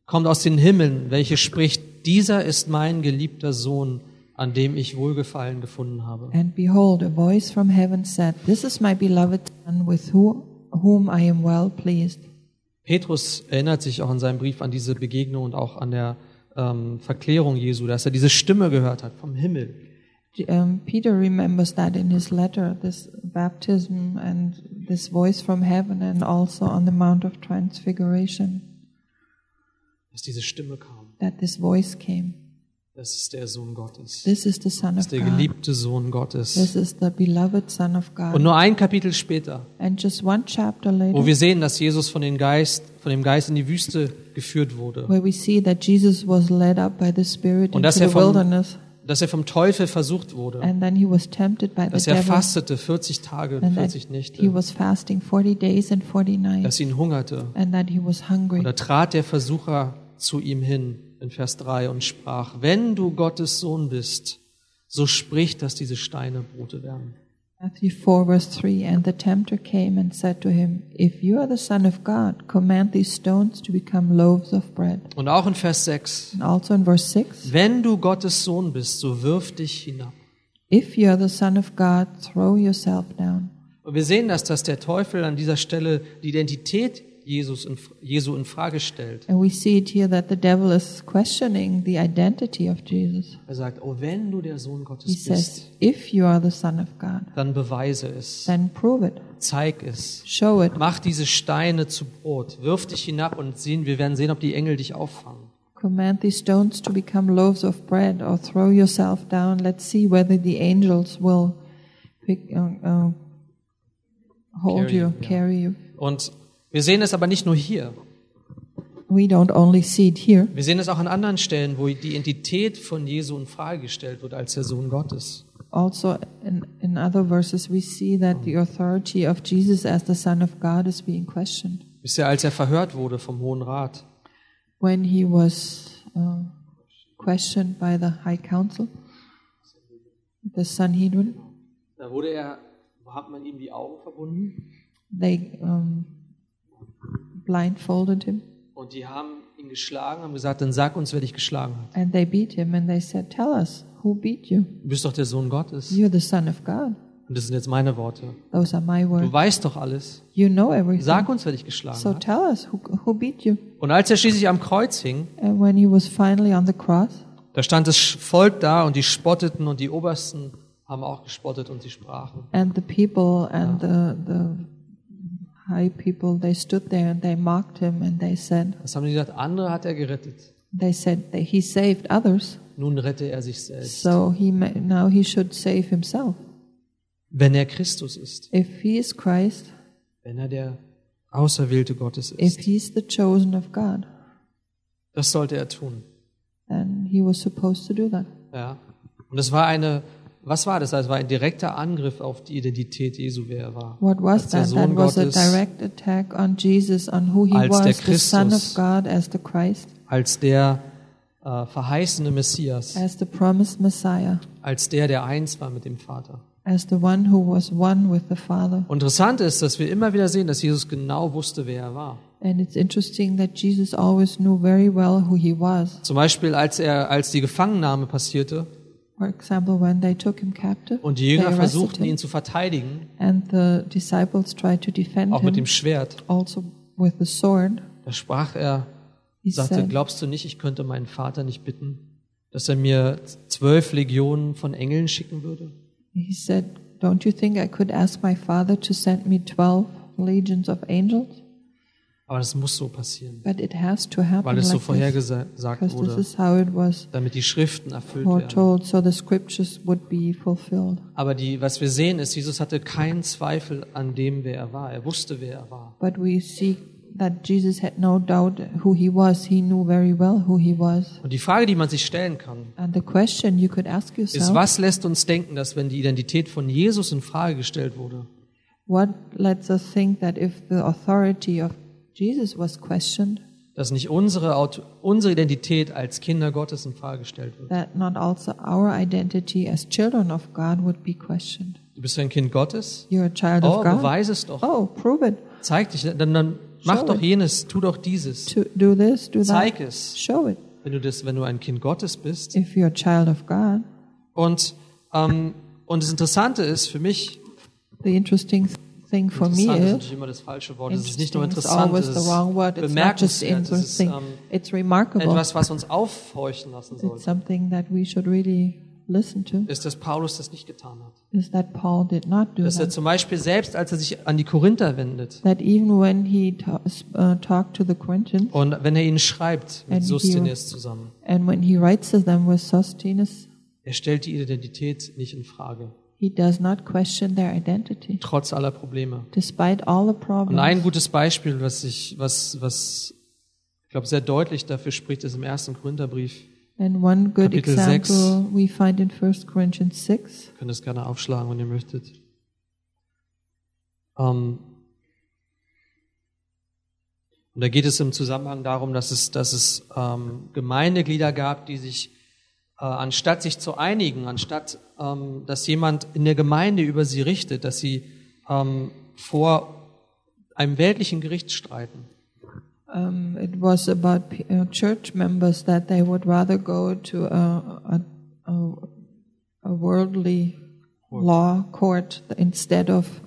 Speaker 1: kommt aus den Himmeln, welche spricht, dieser ist mein geliebter Sohn, an dem ich Wohlgefallen gefunden habe.
Speaker 2: And behold, a voice from heaven said, This is my beloved Son, with who, whom I am well pleased.
Speaker 1: Petrus erinnert sich auch in seinem Brief an diese Begegnung und auch an der ähm, Verklärung Jesu, dass er diese Stimme gehört hat vom Himmel.
Speaker 2: Um, Peter remembers that in his letter, this baptism and this voice from heaven, and also on the Mount of Transfiguration,
Speaker 1: Dass diese Stimme kam.
Speaker 2: that this voice came.
Speaker 1: Das ist der Sohn Gottes.
Speaker 2: This is the Son
Speaker 1: Das ist
Speaker 2: of
Speaker 1: der
Speaker 2: God.
Speaker 1: geliebte Sohn Gottes.
Speaker 2: This is the beloved Son of
Speaker 1: Und
Speaker 2: God.
Speaker 1: nur ein Kapitel später,
Speaker 2: And just one chapter
Speaker 1: wo
Speaker 2: later,
Speaker 1: wir sehen, dass Jesus von, den Geist, von dem Geist in die Wüste geführt wurde.
Speaker 2: where we see that Jesus was led up by the Spirit
Speaker 1: Und
Speaker 2: into
Speaker 1: dass er
Speaker 2: the
Speaker 1: vom-
Speaker 2: wilderness,
Speaker 1: Dass er vom Teufel versucht wurde.
Speaker 2: and then he was tempted by the
Speaker 1: Dass er
Speaker 2: devil.
Speaker 1: fastete 40 Tage und
Speaker 2: and that
Speaker 1: 40
Speaker 2: he
Speaker 1: Nächte.
Speaker 2: was fasting 40 days and 40 nights
Speaker 1: Dass ihn hungerte.
Speaker 2: and that he was hungry
Speaker 1: Und da trat der Versucher zu ihm hin in Vers 3 und sprach, wenn du Gottes Sohn bist, so sprich, dass diese Steine Brote werden.
Speaker 2: matthew 4 verse 3 and the tempter came and said to him if you are the son of god command these stones to become loaves of bread
Speaker 1: Und auch in Vers 6,
Speaker 2: and also in verse 6
Speaker 1: wenn du Gottes Sohn bist, so wirf dich hinab.
Speaker 2: if you are the son of god throw yourself down
Speaker 1: Und wir sehen das, dass der Teufel an dieser Stelle die Identität Jesus in, Jesu in Frage stellt.
Speaker 2: And we see it here that the devil is questioning the identity of Jesus.
Speaker 1: Er sagt, oh, wenn du der Sohn Gottes
Speaker 2: He
Speaker 1: bist,
Speaker 2: says, If you are the Son of God,
Speaker 1: dann beweise es,
Speaker 2: then prove it,
Speaker 1: zeig es.
Speaker 2: show it,
Speaker 1: Mach diese Steine zu Brot, wirf dich hinab und sehen, wir werden sehen, ob die Engel dich auffangen.
Speaker 2: command these stones to become loaves of bread, or throw yourself down. Let's see whether the angels will pick, uh, uh, hold
Speaker 1: Carry
Speaker 2: you,
Speaker 1: you, yeah.
Speaker 2: carry you.
Speaker 1: Und wir sehen es aber nicht nur hier.
Speaker 2: We don't only see it here.
Speaker 1: Wir sehen es auch an anderen Stellen, wo die Identität von Jesu in Frage gestellt wird als der Sohn Gottes.
Speaker 2: Also, in, in other verses, we see that the authority of Jesus as the Son of God is being questioned.
Speaker 1: Wisst ihr, als er verhört wurde vom Hohen Rat,
Speaker 2: When he was uh, questioned by the High Council, the Sanhedrin,
Speaker 1: da wurde er, hat man ihm die Augen verbunden
Speaker 2: they um, blindfolded him
Speaker 1: und die haben ihn geschlagen, haben gesagt, dann sag uns, wer dich geschlagen hat.
Speaker 2: and they beat him and they said, Tell us, who beat you?
Speaker 1: Du bist doch der Sohn Gottes.
Speaker 2: You're the Son of God.
Speaker 1: Und das sind jetzt meine Worte.
Speaker 2: Those are my
Speaker 1: Du
Speaker 2: words.
Speaker 1: weißt doch alles.
Speaker 2: You know everything.
Speaker 1: Sag uns, wer dich geschlagen
Speaker 2: So
Speaker 1: hat.
Speaker 2: tell us, who, who beat you?
Speaker 1: Und als er schließlich am Kreuz hing,
Speaker 2: And when he was finally on the cross,
Speaker 1: da stand das Volk da und die spotteten und die Obersten haben auch gespottet und sie sprachen.
Speaker 2: And the people and the, the high people, they stood there and they mocked him and they said,
Speaker 1: Was haben die gesagt? Andere hat er gerettet.
Speaker 2: they said that he saved others,
Speaker 1: Nun rette er sich selbst.
Speaker 2: so he may, now he should save himself.
Speaker 1: Wenn er Christus ist,
Speaker 2: If he is Christ,
Speaker 1: wenn er der Auserwählte Gottes
Speaker 2: if
Speaker 1: ist,
Speaker 2: he's the chosen of God,
Speaker 1: das sollte er tun.
Speaker 2: then he was supposed to do that.
Speaker 1: Ja. Und es war eine, was war das? Es war ein direkter Angriff auf die Identität Jesu, wer er war.
Speaker 2: What was
Speaker 1: Als der
Speaker 2: that? That
Speaker 1: Sohn
Speaker 2: was a
Speaker 1: Gottes,
Speaker 2: direct attack on Jesus, on who he
Speaker 1: Als
Speaker 2: was,
Speaker 1: der
Speaker 2: the Son of
Speaker 1: Christus.
Speaker 2: God, as the Christ,
Speaker 1: als der äh, verheißene Messias,
Speaker 2: as the promised Messiah,
Speaker 1: als der, der eins war mit dem Vater.
Speaker 2: as the one who was one with the Father.
Speaker 1: Und Interessant ist, dass wir immer wieder sehen, dass Jesus genau wusste, wer er war.
Speaker 2: And it's interesting that Jesus always knew very well who he was.
Speaker 1: Zum Beispiel, als er, als die Gefangennahme passierte
Speaker 2: For example, when they took him captive,
Speaker 1: und die
Speaker 2: they
Speaker 1: Jünger
Speaker 2: arrested
Speaker 1: versuchten,
Speaker 2: him,
Speaker 1: ihn zu verteidigen,
Speaker 2: and the disciples tried to defend
Speaker 1: auch mit
Speaker 2: him,
Speaker 1: dem Schwert,
Speaker 2: also with the sword.
Speaker 1: da sprach er,
Speaker 2: He
Speaker 1: sagte,
Speaker 2: said,
Speaker 1: glaubst du nicht, ich könnte meinen Vater nicht bitten, dass er mir zwölf Legionen von Engeln schicken würde?
Speaker 2: he said, don't you think I could ask my father to send me 12 legions of angels?
Speaker 1: Aber das muss so passieren,
Speaker 2: But it has to happen
Speaker 1: weil es so
Speaker 2: like this,
Speaker 1: vorhergesagt
Speaker 2: because this
Speaker 1: wurde,
Speaker 2: is how it was
Speaker 1: damit die Schriften erfüllt werden.
Speaker 2: foretold, so the scriptures would be fulfilled.
Speaker 1: Aber die, was wir sehen, ist, Jesus hatte keinen Zweifel an dem, wer er war. Er wusste, wer er war.
Speaker 2: But we see that Jesus had no doubt who he was. He knew very well who he was.
Speaker 1: Und die Frage, die man sich stellen kann,
Speaker 2: And the question you could ask
Speaker 1: ist,
Speaker 2: yourself,
Speaker 1: was lässt uns denken, dass wenn die Identität von Jesus in Frage gestellt wurde,
Speaker 2: what lets us think that if the authority of Jesus was questioned,
Speaker 1: dass nicht unsere, Aut- unsere Identität als Kinder Gottes in Frage gestellt wird?
Speaker 2: that not also our identity as children of God would be questioned?
Speaker 1: Du bist ein Kind Gottes?
Speaker 2: You're a child
Speaker 1: Oh,
Speaker 2: of God.
Speaker 1: beweise es doch.
Speaker 2: Oh, prove it.
Speaker 1: Zeig dich, dann, dann mach
Speaker 2: Show
Speaker 1: doch
Speaker 2: it.
Speaker 1: jenes, tu doch dieses.
Speaker 2: To do this, do that.
Speaker 1: Zeig es,
Speaker 2: Show it.
Speaker 1: wenn du, das, wenn du ein Kind Gottes bist.
Speaker 2: If you're a child of God,
Speaker 1: Und, ähm, und das Interessante ist für mich,
Speaker 2: the interesting th- thing for me
Speaker 1: Interessant ist
Speaker 2: is
Speaker 1: natürlich immer das falsche Wort. Es ist nicht nur
Speaker 2: interesting is
Speaker 1: interessant, es
Speaker 2: always the
Speaker 1: ist
Speaker 2: wrong word. It's not just
Speaker 1: bemerkenswert. Es ist
Speaker 2: interesting.
Speaker 1: ähm,
Speaker 2: It's remarkable.
Speaker 1: etwas, was uns aufhorchen lassen
Speaker 2: It's
Speaker 1: sollte,
Speaker 2: something that we should really listen to.
Speaker 1: ist, dass Paulus das nicht getan hat.
Speaker 2: Is that Paul did not do
Speaker 1: Dass
Speaker 2: that.
Speaker 1: er zum Beispiel selbst, als er sich an die Korinther wendet
Speaker 2: that even when he ta- uh, talked to the Corinthians
Speaker 1: und wenn er ihnen schreibt mit
Speaker 2: And he-
Speaker 1: Sustines zusammen,
Speaker 2: and when he writes to them with Sostenes,
Speaker 1: er stellt die Identität nicht in Frage,
Speaker 2: he does not question their identity
Speaker 1: trotz aller Probleme.
Speaker 2: despite all
Speaker 1: Und
Speaker 2: the
Speaker 1: ein
Speaker 2: problems.
Speaker 1: gutes Beispiel, was ich, was, was ich glaube, sehr deutlich dafür spricht, ist im ersten Korintherbrief.
Speaker 2: And one good
Speaker 1: Kapitel
Speaker 2: example we find in 1 Corinthians 6.
Speaker 1: Ihr könnt es gerne aufschlagen, wenn ihr möchtet. Ähm, und da geht es im Zusammenhang darum, dass es, dass es ähm, Gemeindeglieder gab, die sich, äh, anstatt sich zu einigen, anstatt ähm, dass jemand in der Gemeinde über sie richtet, dass sie ähm, vor einem weltlichen Gericht streiten.
Speaker 2: Um, it was about p- uh, church members that they would rather go to a, a, a, a worldly law court instead of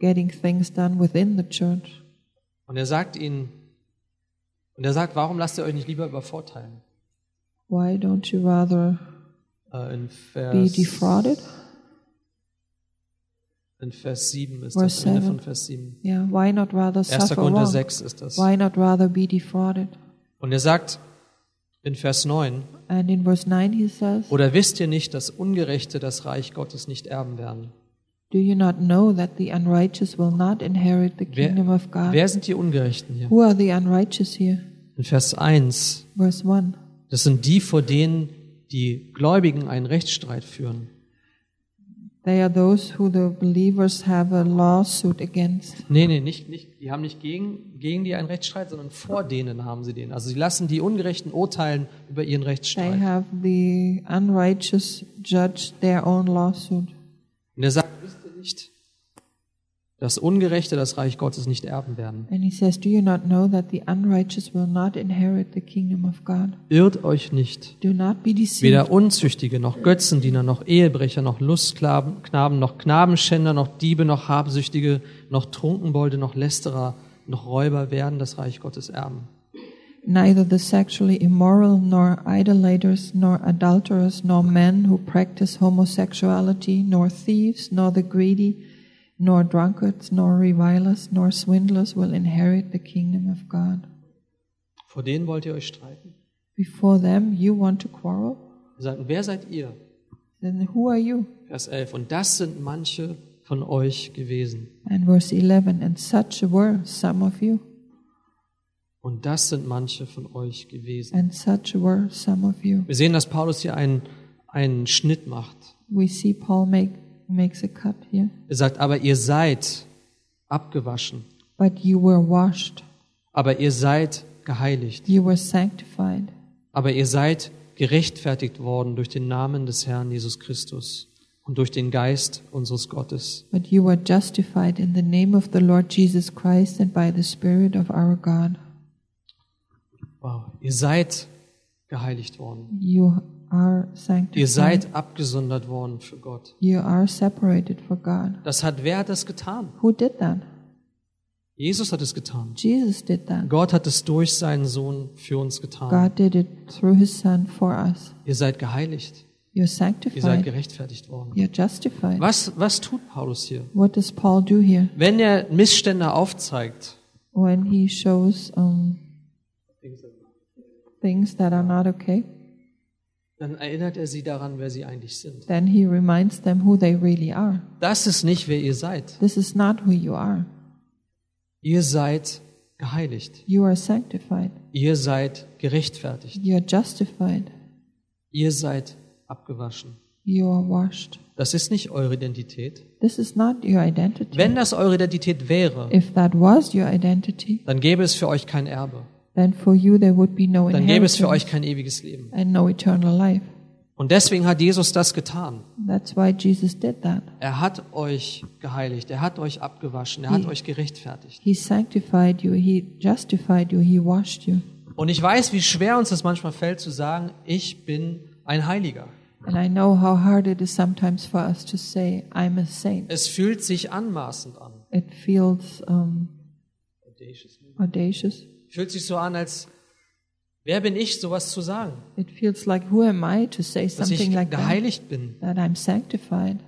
Speaker 2: getting things done within the church.
Speaker 1: Und er sagt ihnen, und er sagt, warum lasst ihr euch nicht lieber übervorteilen?
Speaker 2: Why don't you rather
Speaker 1: Äh, in,
Speaker 2: be
Speaker 1: Vers,
Speaker 2: defrauded?
Speaker 1: in Vers 7 ist
Speaker 2: Verse
Speaker 1: das Ende
Speaker 2: seven.
Speaker 1: von Vers 7.
Speaker 2: Yeah, why not rather
Speaker 1: 1.
Speaker 2: suffer
Speaker 1: Korinther
Speaker 2: wrong?
Speaker 1: 6 ist das.
Speaker 2: Why not rather be defrauded?
Speaker 1: Und er sagt in Vers 9,
Speaker 2: And in verse 9 he says,
Speaker 1: oder wisst ihr nicht, dass Ungerechte das Reich Gottes nicht erben werden?
Speaker 2: Do you not know that the unrighteous will not inherit the
Speaker 1: Wer,
Speaker 2: kingdom of God?
Speaker 1: wer sind die Ungerechten hier?
Speaker 2: Who are the unrighteous here?
Speaker 1: In Vers 1,
Speaker 2: Verse 1.
Speaker 1: das sind die, vor denen die Gläubigen einen Rechtsstreit führen.
Speaker 2: They are those who the believers have a lawsuit against.
Speaker 1: Nee, nee, nicht, nicht, die haben nicht gegen, gegen die einen Rechtsstreit, sondern vor denen haben sie den. Also sie lassen die Ungerechten urteilen über ihren
Speaker 2: They
Speaker 1: Rechtsstreit.
Speaker 2: have the unrighteous judge their own lawsuit.
Speaker 1: Und er sagt, wisst ihr nicht, dass Ungerechte das Reich Gottes nicht erben werden.
Speaker 2: And he says, Do you not know that the unrighteous will not inherit the kingdom of God?
Speaker 1: Irrt euch nicht.
Speaker 2: Do not be deceived.
Speaker 1: Weder Unzüchtige, noch Götzendiener, noch Ehebrecher, noch Lustknaben, Knaben, noch Knabenschänder, noch Diebe, noch Habsüchtige, noch Trunkenbolde, noch Lästerer, noch Räuber werden das Reich Gottes erben.
Speaker 2: Neither the sexually immoral, nor idolaters, nor adulterers, nor men who practice homosexuality, nor thieves, nor the greedy, nor drunkards, nor revilers, nor swindlers will inherit the kingdom of God.
Speaker 1: Vor denen wollt ihr euch streiten?
Speaker 2: Before them, you want to quarrel?
Speaker 1: Sie sagten, wer seid ihr?
Speaker 2: Then who are you?
Speaker 1: Vers 11. Und das sind manche von euch gewesen.
Speaker 2: And verse 11, and such were some of you,
Speaker 1: Und das sind manche von euch gewesen.
Speaker 2: and such were some of you.
Speaker 1: Wir sehen, dass Paulus hier einen, einen Schnitt macht.
Speaker 2: We see Paul make, makes a cut here.
Speaker 1: Er sagt, aber ihr seid abgewaschen,
Speaker 2: But you were washed,
Speaker 1: aber ihr seid geheiligt,
Speaker 2: you were sanctified,
Speaker 1: aber ihr seid gerechtfertigt worden durch den Namen des Herrn Jesus Christus und durch den Geist unseres Gottes.
Speaker 2: but you were justified in the name of the Lord Jesus Christ and by the Spirit of our God.
Speaker 1: Wow. Ihr seid geheiligt worden.
Speaker 2: You are sanctified.
Speaker 1: Ihr seid abgesondert worden für Gott.
Speaker 2: You are separated for God.
Speaker 1: Das hat wer hat das getan?
Speaker 2: Who did that?
Speaker 1: Jesus hat es getan.
Speaker 2: Jesus did that.
Speaker 1: Gott hat es durch seinen Sohn für uns getan.
Speaker 2: God did it through his Son for us.
Speaker 1: Ihr seid geheiligt.
Speaker 2: You're
Speaker 1: Ihr seid
Speaker 2: sanctified.
Speaker 1: gerechtfertigt worden.
Speaker 2: You're justified.
Speaker 1: Was, was tut Paulus hier?
Speaker 2: What does Paul do here?
Speaker 1: Wenn er Missstände aufzeigt,
Speaker 2: when he shows um, things that are not okay,
Speaker 1: dann erinnert er sie daran, wer sie eigentlich sind.
Speaker 2: then he reminds them who they really are.
Speaker 1: Das ist nicht, wer ihr seid.
Speaker 2: This is not who you are.
Speaker 1: Ihr seid geheiligt.
Speaker 2: You are sanctified.
Speaker 1: Ihr seid gerechtfertigt.
Speaker 2: You are justified.
Speaker 1: Ihr seid abgewaschen.
Speaker 2: You are washed.
Speaker 1: Das ist nicht eure Identität.
Speaker 2: This is not your identity.
Speaker 1: Wenn das eure Identität wäre,
Speaker 2: if that was your identity,
Speaker 1: dann gäbe es für euch kein Erbe.
Speaker 2: then for you there would be no
Speaker 1: Dann gäbe es für
Speaker 2: inheritance
Speaker 1: euch kein ewiges Leben.
Speaker 2: and no eternal life.
Speaker 1: Und deswegen hat Jesus das getan.
Speaker 2: That's why Jesus did that.
Speaker 1: Er hat euch geheiligt, er hat euch abgewaschen, er hat euch gerechtfertigt.
Speaker 2: He sanctified you. He justified you. He washed you.
Speaker 1: Und ich weiß, wie schwer uns das manchmal fällt zu sagen, ich bin ein Heiliger.
Speaker 2: And I know how hard it is sometimes for us to say, I'm a saint.
Speaker 1: Es fühlt sich anmaßend an.
Speaker 2: it feels um, audacious.
Speaker 1: Fühlt sich so an, als wer bin ich, sowas zu sagen,
Speaker 2: It feels like, who am I to say
Speaker 1: dass
Speaker 2: something
Speaker 1: ich
Speaker 2: like that?
Speaker 1: geheiligt bin,
Speaker 2: That I'm sanctified,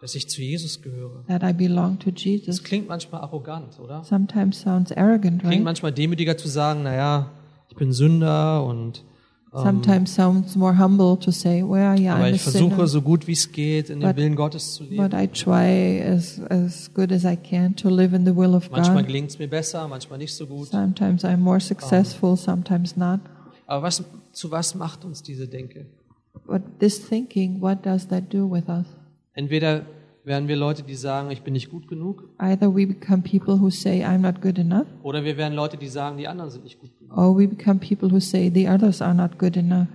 Speaker 1: dass ich zu Jesus gehöre.
Speaker 2: that I belong to
Speaker 1: Das
Speaker 2: Jesus.
Speaker 1: klingt manchmal arrogant, oder?
Speaker 2: Sometimes sounds arrogant,
Speaker 1: Klingt
Speaker 2: right?
Speaker 1: manchmal demütiger zu sagen, naja, ich bin Sünder und
Speaker 2: Sometimes sounds more humble to say, well, yeah,
Speaker 1: aber
Speaker 2: I'm a
Speaker 1: ich versuche
Speaker 2: sinner,
Speaker 1: so gut wie es geht, in dem
Speaker 2: But-
Speaker 1: Willen Gottes zu leben.
Speaker 2: but I try as, as good as I can to live in the will of
Speaker 1: Manchmal
Speaker 2: God.
Speaker 1: gelingt es mir besser, manchmal nicht so gut.
Speaker 2: Sometimes I'm more successful, sometimes not.
Speaker 1: Aber was, zu was macht uns diese Denke?
Speaker 2: But this thinking, what does that do with us?
Speaker 1: Entweder werden wir Leute, die sagen, ich bin nicht gut genug,
Speaker 2: Either we become people who say, I'm not good enough,
Speaker 1: oder wir werden Leute, die sagen, die anderen sind nicht gut genug.
Speaker 2: Or we become people who say the others are not good enough.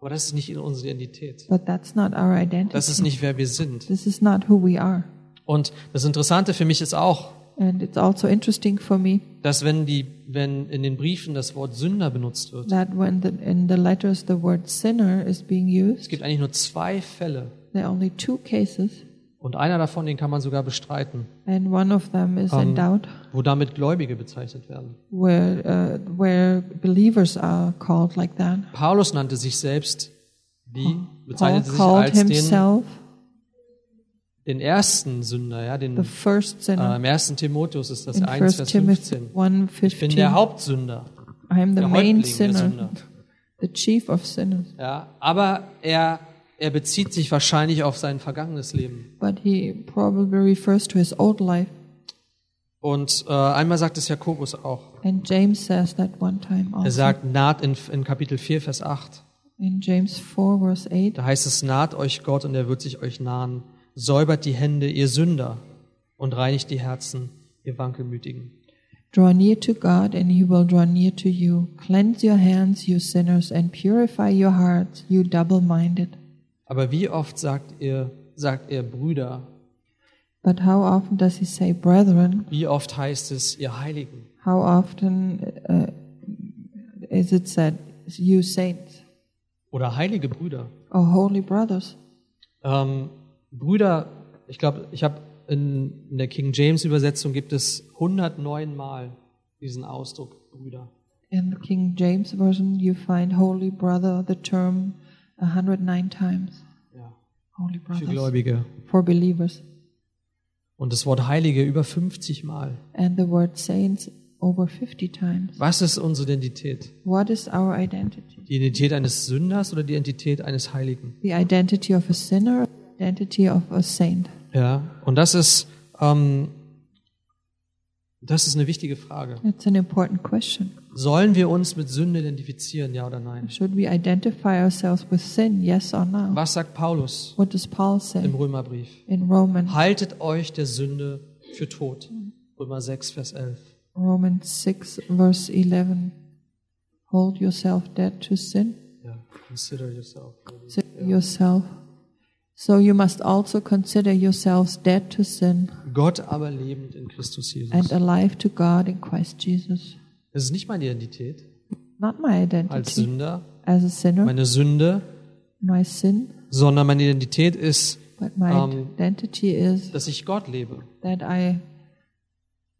Speaker 1: Aber das ist nicht in unsere Identität.
Speaker 2: But that's not our identity.
Speaker 1: Das ist nicht, wer wir sind.
Speaker 2: This is not who we are.
Speaker 1: Und das Interessante für mich ist auch,
Speaker 2: And it's also interesting for me
Speaker 1: dass wenn, die, wenn in den Briefen das Wort Sünder benutzt wird,
Speaker 2: that when the, in the letters the word sinner is being
Speaker 1: es
Speaker 2: used,
Speaker 1: gibt eigentlich nur zwei Fälle,
Speaker 2: there are only two cases
Speaker 1: Und einer davon, den kann man sogar bestreiten,
Speaker 2: and one of them is in
Speaker 1: Um,
Speaker 2: doubt,
Speaker 1: wo damit Gläubige bezeichnet werden.
Speaker 2: where uh, where believers are called like that.
Speaker 1: Paulus nannte sich selbst, wie
Speaker 2: Paul
Speaker 1: bezeichnete sich
Speaker 2: called
Speaker 1: als den,
Speaker 2: himself
Speaker 1: den ersten Sünder, ja, den
Speaker 2: the first
Speaker 1: äh,
Speaker 2: sinner
Speaker 1: im ersten Timotheus ist das
Speaker 2: in
Speaker 1: 1
Speaker 2: Uh, First
Speaker 1: Vers
Speaker 2: Timothy
Speaker 1: 15.
Speaker 2: one
Speaker 1: Ich bin der
Speaker 2: fifteen.
Speaker 1: Hauptsünder,
Speaker 2: I am the
Speaker 1: der
Speaker 2: main
Speaker 1: Häuptling der
Speaker 2: sinner,
Speaker 1: Sünder.
Speaker 2: the chief of sinners.
Speaker 1: Ja, aber er er bezieht sich wahrscheinlich auf sein vergangenes Leben.
Speaker 2: But he probably refers to his old life.
Speaker 1: Und äh, einmal sagt es Jakobus auch.
Speaker 2: And James says that one time
Speaker 1: Er
Speaker 2: also.
Speaker 1: sagt, naht in, in Kapitel 4, Vers 8.
Speaker 2: In James 4, verse 8,
Speaker 1: Da heißt es, naht euch Gott und er wird sich euch nahen. Säubert die Hände, ihr Sünder, und reinigt die Herzen, ihr Wankelmütigen.
Speaker 2: draw near to God, and he will draw near to you. Cleanse your hands, you sinners, and purify your hearts, you double minded.
Speaker 1: Aber wie oft sagt ihr, sagt ihr Brüder?
Speaker 2: But how often does he say, brethren?
Speaker 1: Wie oft heißt es, ihr Heiligen?
Speaker 2: How often uh, is it said, you saints,
Speaker 1: Oder heilige Brüder?
Speaker 2: or holy brothers?
Speaker 1: Ähm, Brüder, ich glaube, ich habe in, in der King James Übersetzung gibt es 109 Mal diesen Ausdruck Brüder.
Speaker 2: In the King James Version, you find holy brother, the term 109 times.
Speaker 1: Ja,
Speaker 2: Holy
Speaker 1: für
Speaker 2: brothers.
Speaker 1: Gläubige.
Speaker 2: for believers,
Speaker 1: Und das Wort Heilige über 50 Mal.
Speaker 2: and the word saints over 50 times.
Speaker 1: Was ist unsere Identität?
Speaker 2: What is our identity?
Speaker 1: Die Identität eines Sünders oder die Identität eines Heiligen?
Speaker 2: The identity of a sinner, identity of a saint.
Speaker 1: Ja, und das ist, ähm, das ist eine wichtige Frage.
Speaker 2: It's an important question.
Speaker 1: Sollen wir uns mit Sünde identifizieren, ja oder nein?
Speaker 2: Should we identify ourselves with sin, yes or no?
Speaker 1: Was sagt Paulus
Speaker 2: What does Paul
Speaker 1: im
Speaker 2: say
Speaker 1: Römerbrief?
Speaker 2: in Romans
Speaker 1: Haltet euch der Sünde für tot. Römer 6, Vers 11.
Speaker 2: Romans 6 verse 11? Hold yourself dead to sin.
Speaker 1: Ja, consider yourself.
Speaker 2: Consider yourself. So you must also consider yourselves dead to sin
Speaker 1: Gott aber lebend in Christus
Speaker 2: and uh,
Speaker 1: Jesus.
Speaker 2: alive to God in Christ Jesus.
Speaker 1: Das ist nicht meine Identität
Speaker 2: Not my
Speaker 1: als
Speaker 2: identity.
Speaker 1: Sünder,
Speaker 2: as a sinner,
Speaker 1: meine Sünde,
Speaker 2: my sin,
Speaker 1: sondern meine Identität ist,
Speaker 2: but my
Speaker 1: Um,
Speaker 2: identity is
Speaker 1: dass ich Gott lebe.
Speaker 2: that I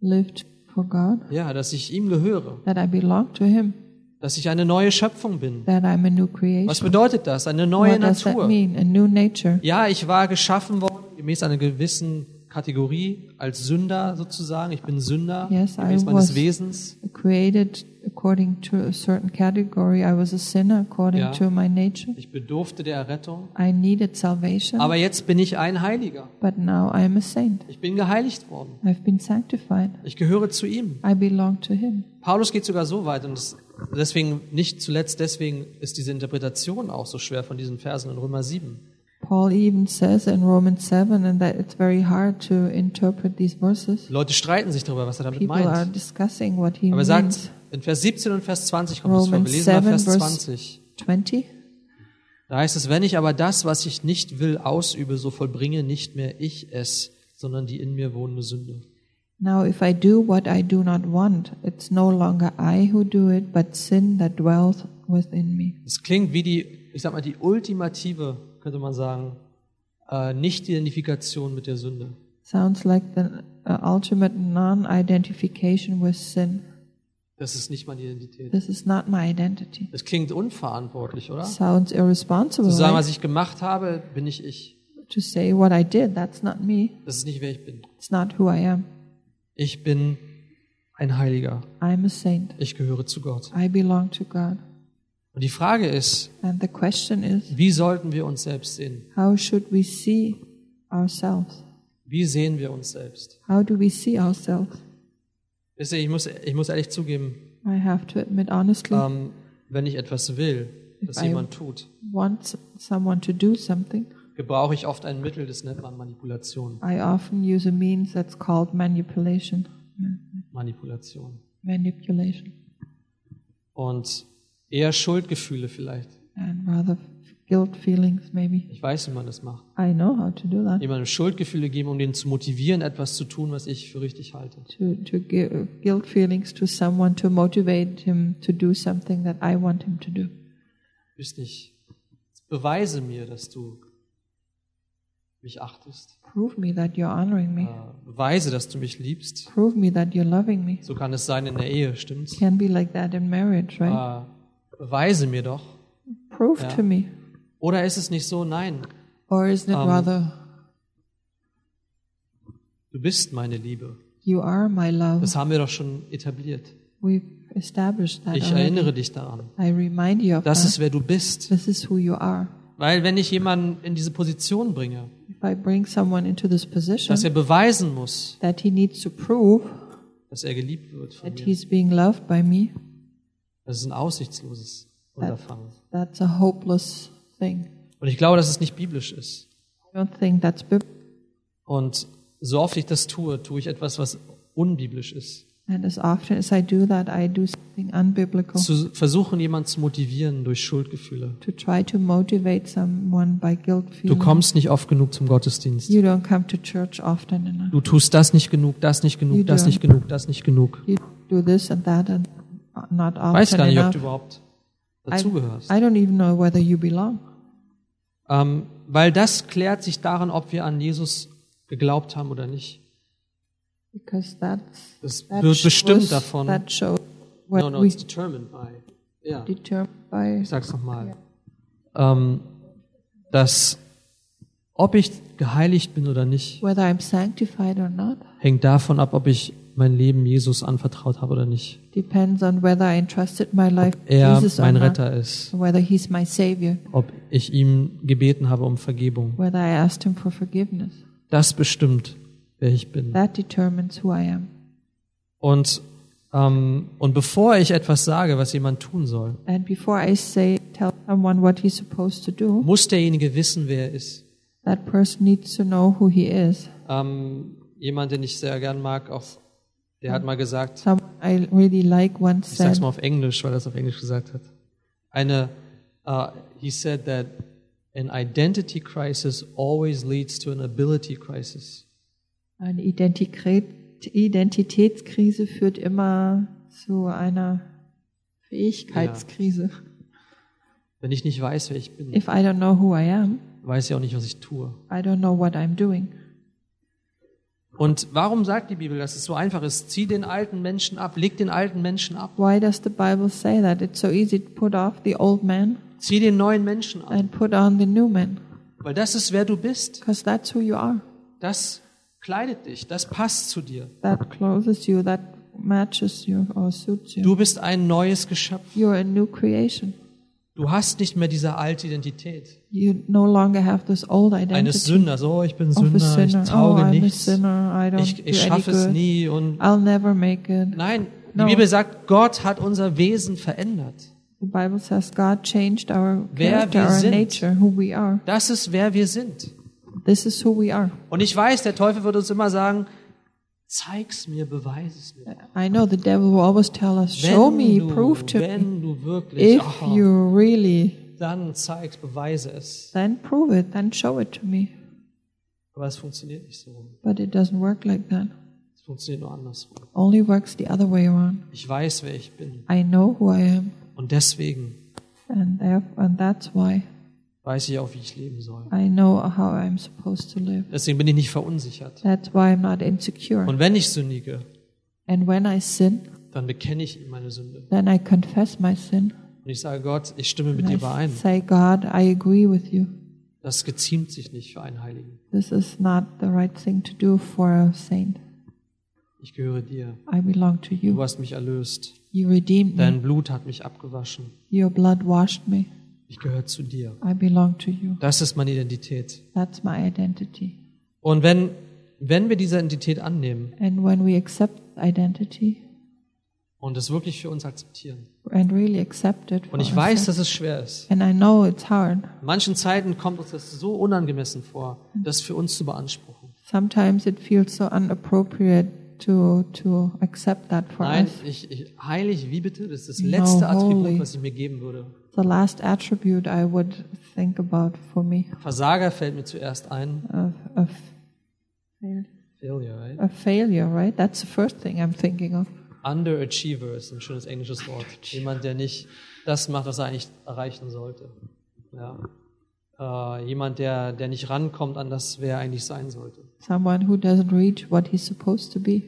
Speaker 2: lived for God,
Speaker 1: Ja, dass ich ihm gehöre,
Speaker 2: that I belong to Him,
Speaker 1: dass ich eine neue Schöpfung bin.
Speaker 2: that I'm a new
Speaker 1: Was
Speaker 2: creation.
Speaker 1: bedeutet das? Eine neue
Speaker 2: What does that
Speaker 1: Natur.
Speaker 2: mean? A new nature.
Speaker 1: Ja, ich war geschaffen worden gemäß einer gewissen Kategorie als Sünder sozusagen. Ich bin Sünder
Speaker 2: Yes, I
Speaker 1: gemäß
Speaker 2: was.
Speaker 1: meines Wesens.
Speaker 2: Created according to a certain category, I was a sinner according
Speaker 1: Ja.
Speaker 2: to my nature.
Speaker 1: Ich bedurfte der Errettung.
Speaker 2: I needed salvation,
Speaker 1: Aber jetzt bin ich ein Heiliger.
Speaker 2: but now I'm a saint.
Speaker 1: Ich bin geheiligt worden.
Speaker 2: I've been sanctified.
Speaker 1: Ich gehöre zu ihm.
Speaker 2: I belong to Him.
Speaker 1: Paulus geht sogar so weit und es- deswegen, nicht zuletzt deswegen ist diese Interpretation auch so schwer von diesen Versen in Römer 7.
Speaker 2: Paul even says in Romans 7 and that it's very hard to interpret these verses.
Speaker 1: Die Leute streiten sich darüber, was er damit
Speaker 2: People are
Speaker 1: meint.
Speaker 2: discussing what he
Speaker 1: Aber er
Speaker 2: means.
Speaker 1: sagt, in Vers 17 und Vers 20 kommt es vor. Wir
Speaker 2: Mhm. Romans
Speaker 1: lesen mal
Speaker 2: 7,
Speaker 1: Vers
Speaker 2: verse
Speaker 1: 20.
Speaker 2: 20.
Speaker 1: Da heißt es, wenn ich aber das, was ich nicht will, ausübe, so vollbringe nicht mehr ich es, sondern die in mir wohnende Sünde.
Speaker 2: Now, if I do what I do not want, it's no longer I who do it, but sin that dwells within me.
Speaker 1: Es klingt wie die, ich sag mal, die ultimative, könnte man sagen, äh, Nicht-Identifikation mit der Sünde.
Speaker 2: Sounds like the uh, ultimate non identification with sin.
Speaker 1: Das ist nicht meine Identität.
Speaker 2: This is not my identity.
Speaker 1: Das klingt unverantwortlich, oder?
Speaker 2: Sounds irresponsible
Speaker 1: Zu sagen,
Speaker 2: right?
Speaker 1: was ich gemacht habe, bin ich ich.
Speaker 2: to say what I did. That's not me.
Speaker 1: Das ist nicht, wer ich bin.
Speaker 2: It's not who I am.
Speaker 1: Ich bin ein Heiliger.
Speaker 2: I'm a saint.
Speaker 1: Ich gehöre zu Gott.
Speaker 2: I belong to God.
Speaker 1: Und die Frage ist,
Speaker 2: And the question is
Speaker 1: wie sollten wir uns selbst sehen?
Speaker 2: how should we see ourselves?
Speaker 1: Wie sehen wir uns selbst?
Speaker 2: How do we see ourselves?
Speaker 1: Wisst ihr, ich muss, ich muss ehrlich zugeben,
Speaker 2: I have to admit honestly,
Speaker 1: ähm, wenn ich etwas will, dass
Speaker 2: If I-
Speaker 1: jemand tut,
Speaker 2: want someone to do something,
Speaker 1: gebrauche ich oft ein Mittel, das nennt man Manipulation.
Speaker 2: I often use a means that's called manipulation.
Speaker 1: Manipulation.
Speaker 2: Manipulation.
Speaker 1: Und eher Schuldgefühle vielleicht.
Speaker 2: And rather guilt feelings, maybe.
Speaker 1: Ich weiß, wie man das macht.
Speaker 2: I know how to do that.
Speaker 1: Jemandem Schuldgefühle geben, um den zu motivieren, etwas zu tun, was ich für richtig halte.
Speaker 2: To, to give guilt feelings to someone to motivate him to do something that I want him to do.
Speaker 1: Wisst nicht. Beweise mir, dass du mich achtest.
Speaker 2: Prove me that you're honoring
Speaker 1: Äh,
Speaker 2: me.
Speaker 1: beweise, dass du mich liebst.
Speaker 2: Prove me that you're loving me.
Speaker 1: So kann es sein in der Ehe, stimmt's?
Speaker 2: Can be like that in marriage, right?
Speaker 1: Äh, beweise mir doch.
Speaker 2: Prove
Speaker 1: ja.
Speaker 2: to me.
Speaker 1: Oder ist es nicht so? Nein,
Speaker 2: Or isn't it
Speaker 1: Um,
Speaker 2: rather,
Speaker 1: du bist meine Liebe.
Speaker 2: you are my love?
Speaker 1: Das haben wir doch schon etabliert.
Speaker 2: We've established that.
Speaker 1: Ich
Speaker 2: already.
Speaker 1: erinnere dich daran.
Speaker 2: I remind you of
Speaker 1: Das
Speaker 2: that.
Speaker 1: ist, wer du bist.
Speaker 2: This is who you are.
Speaker 1: Weil wenn ich jemanden in diese Position bringe,
Speaker 2: If I bring someone into this position
Speaker 1: dass er beweisen muss,
Speaker 2: that he needs to prove
Speaker 1: dass er geliebt wird von
Speaker 2: that
Speaker 1: mir,
Speaker 2: he's being loved by me,
Speaker 1: das ist ein aussichtsloses Unterfangen.
Speaker 2: that's a hopeless thing.
Speaker 1: Und ich glaube, dass es nicht biblisch ist.
Speaker 2: I don't think that's biblical.
Speaker 1: Und so oft ich das tue, tue ich etwas, was unbiblisch ist.
Speaker 2: And as often as I do that, I do something unbiblical
Speaker 1: Zu versuchen, jemanden zu motivieren durch Schuldgefühle.
Speaker 2: to try to motivate someone by guilt
Speaker 1: Du
Speaker 2: feeling.
Speaker 1: kommst nicht oft genug zum Gottesdienst.
Speaker 2: You don't come to church often enough.
Speaker 1: Du tust das nicht genug, das nicht genug, das nicht genug, das nicht genug.
Speaker 2: You do this and that and not
Speaker 1: Ich
Speaker 2: often
Speaker 1: weiß gar nicht, ob
Speaker 2: enough.
Speaker 1: du überhaupt
Speaker 2: I,
Speaker 1: dazugehörst.
Speaker 2: I don't even know whether you belong.
Speaker 1: Ähm, weil das klärt sich daran, ob wir an Jesus geglaubt haben oder nicht.
Speaker 2: Because that's
Speaker 1: Es
Speaker 2: That
Speaker 1: wird bestimmt
Speaker 2: shows-
Speaker 1: davon.
Speaker 2: That shows what
Speaker 1: No, no,
Speaker 2: we
Speaker 1: it's determined by. Ja,
Speaker 2: determined by.
Speaker 1: ich sag's nochmal. Ähm, dass, ob ich geheiligt bin oder nicht,
Speaker 2: Whether I'm sanctified or not
Speaker 1: hängt davon ab, ob ich mein Leben Jesus anvertraut habe oder nicht.
Speaker 2: depends on whether I entrusted my life to
Speaker 1: Er
Speaker 2: Jesus
Speaker 1: mein
Speaker 2: or not,
Speaker 1: Retter ist.
Speaker 2: whether He's my Savior,
Speaker 1: Ob ich ihm gebeten habe um Vergebung.
Speaker 2: whether I asked Him for forgiveness.
Speaker 1: Das bestimmt, wer ich bin.
Speaker 2: That determines who I am.
Speaker 1: Und, ähm, und bevor ich etwas sage, was jemand tun soll,
Speaker 2: And before I say tell someone what he's supposed to do,
Speaker 1: muss derjenige wissen, wer er ist.
Speaker 2: that person needs to know who he is.
Speaker 1: Ähm, jemand, den ich sehr gern mag, auf, der hat mal gesagt,
Speaker 2: Someone I really like once
Speaker 1: ich
Speaker 2: said,
Speaker 1: sag's mal auf Englisch, weil er es auf Englisch gesagt hat. Eine, uh, he said that an identity crisis always leads to an ability crisis.
Speaker 2: eine Identität, Identitätskrise führt immer zu einer Fähigkeitskrise.
Speaker 1: Wenn ich nicht weiß, wer ich bin,
Speaker 2: If I don't know who I am,
Speaker 1: weiß ich auch nicht, was ich tue.
Speaker 2: I don't know what I'm doing.
Speaker 1: Und warum sagt die Bibel, dass es so einfach ist? Zieh den alten Menschen ab, leg den alten Menschen ab,
Speaker 2: Why does the Bible say that? It's so easy to put off the old man
Speaker 1: zieh den neuen Menschen ab.
Speaker 2: and put on the new man,
Speaker 1: Weil das ist, wer du bist.
Speaker 2: because that's who you are.
Speaker 1: Das kleidet dich, das passt zu dir.
Speaker 2: That clothes you, that matches you or suits you.
Speaker 1: Du bist ein neues Geschöpf.
Speaker 2: You're a new creation.
Speaker 1: Du hast nicht mehr diese alte Identität
Speaker 2: You no longer have this old
Speaker 1: eines
Speaker 2: identity
Speaker 1: Sünders. Oh, ich bin
Speaker 2: of a
Speaker 1: Sünder, ich
Speaker 2: sinner. Oh,
Speaker 1: tauge
Speaker 2: I'm a
Speaker 1: nichts,
Speaker 2: sinner. I don't
Speaker 1: ich,
Speaker 2: do
Speaker 1: ich
Speaker 2: any
Speaker 1: schaffe es
Speaker 2: good.
Speaker 1: nie. Und
Speaker 2: I'll never make it.
Speaker 1: nein, die
Speaker 2: No.
Speaker 1: Bibel sagt, Gott hat unser Wesen verändert.
Speaker 2: The Bible says God changed our
Speaker 1: Wer
Speaker 2: character,
Speaker 1: wir
Speaker 2: our
Speaker 1: sind.
Speaker 2: nature, who we are.
Speaker 1: Das ist, wer wir sind.
Speaker 2: This is who we are.
Speaker 1: Und ich weiß, der Teufel wird uns immer sagen, zeig's mir, beweis es mir.
Speaker 2: I know the devil will always tell us, "Show me,
Speaker 1: du,
Speaker 2: prove to me."
Speaker 1: wenn du wirklich,
Speaker 2: If
Speaker 1: aha,
Speaker 2: you really,
Speaker 1: dann zeig's, beweise es.
Speaker 2: then prove it, then show it to me.
Speaker 1: Aber es funktioniert nicht so rum.
Speaker 2: But it doesn't work like that.
Speaker 1: Es funktioniert nur andersrum.
Speaker 2: Only works the other way around.
Speaker 1: Ich weiß, wer ich bin.
Speaker 2: I know who I am,
Speaker 1: Und deswegen
Speaker 2: and theref- and that's why
Speaker 1: weiß ich auch, wie ich leben soll.
Speaker 2: I know how I'm supposed to live.
Speaker 1: Deswegen bin ich nicht verunsichert.
Speaker 2: That's why I'm not insecure.
Speaker 1: Und wenn ich sündige,
Speaker 2: And when I sin,
Speaker 1: dann bekenne ich ihm meine Sünde.
Speaker 2: then I confess my sin.
Speaker 1: Und ich sage Gott, ich stimme mit dir
Speaker 2: And I
Speaker 1: überein.
Speaker 2: say, God, I agree with you.
Speaker 1: Das geziemt sich nicht für einen Heiligen.
Speaker 2: This is not the right thing to do for a saint.
Speaker 1: Ich gehöre dir.
Speaker 2: I belong
Speaker 1: Du
Speaker 2: to you.
Speaker 1: hast mich erlöst.
Speaker 2: You redeemed me.
Speaker 1: Dein Blut hat mich abgewaschen.
Speaker 2: Your blood washed me.
Speaker 1: Ich gehöre zu dir.
Speaker 2: I belong to you.
Speaker 1: Das ist meine Identität.
Speaker 2: That's my identity.
Speaker 1: Und wenn, wenn wir diese Identität annehmen
Speaker 2: And when we accept identity
Speaker 1: und es wirklich für uns akzeptieren,
Speaker 2: and really accept it, for
Speaker 1: und ich weiß,
Speaker 2: ourselves-
Speaker 1: dass es schwer ist,
Speaker 2: and I know it's hard.
Speaker 1: in manchen Zeiten kommt uns das so unangemessen vor, das für uns zu beanspruchen.
Speaker 2: Sometimes it feels so unappropriate to to accept that for
Speaker 1: Nein,
Speaker 2: us.
Speaker 1: ich, ich, heilig, wie bitte? Das ist das letzte
Speaker 2: holy.
Speaker 1: Attribut, was ich mir geben würde.
Speaker 2: The last attribute I would think about for me
Speaker 1: Versager fällt mir zuerst ein.
Speaker 2: of of fail-
Speaker 1: Failure, right?
Speaker 2: a failure, right? That's the first thing I'm thinking of.
Speaker 1: Underachiever ist ein schönes englisches Wort. Jemand, der nicht das macht, was er eigentlich erreichen sollte. Ja. äh, jemand, der, der nicht rankommt an das, wer er eigentlich sein sollte.
Speaker 2: someone who doesn't reach what he's supposed to be.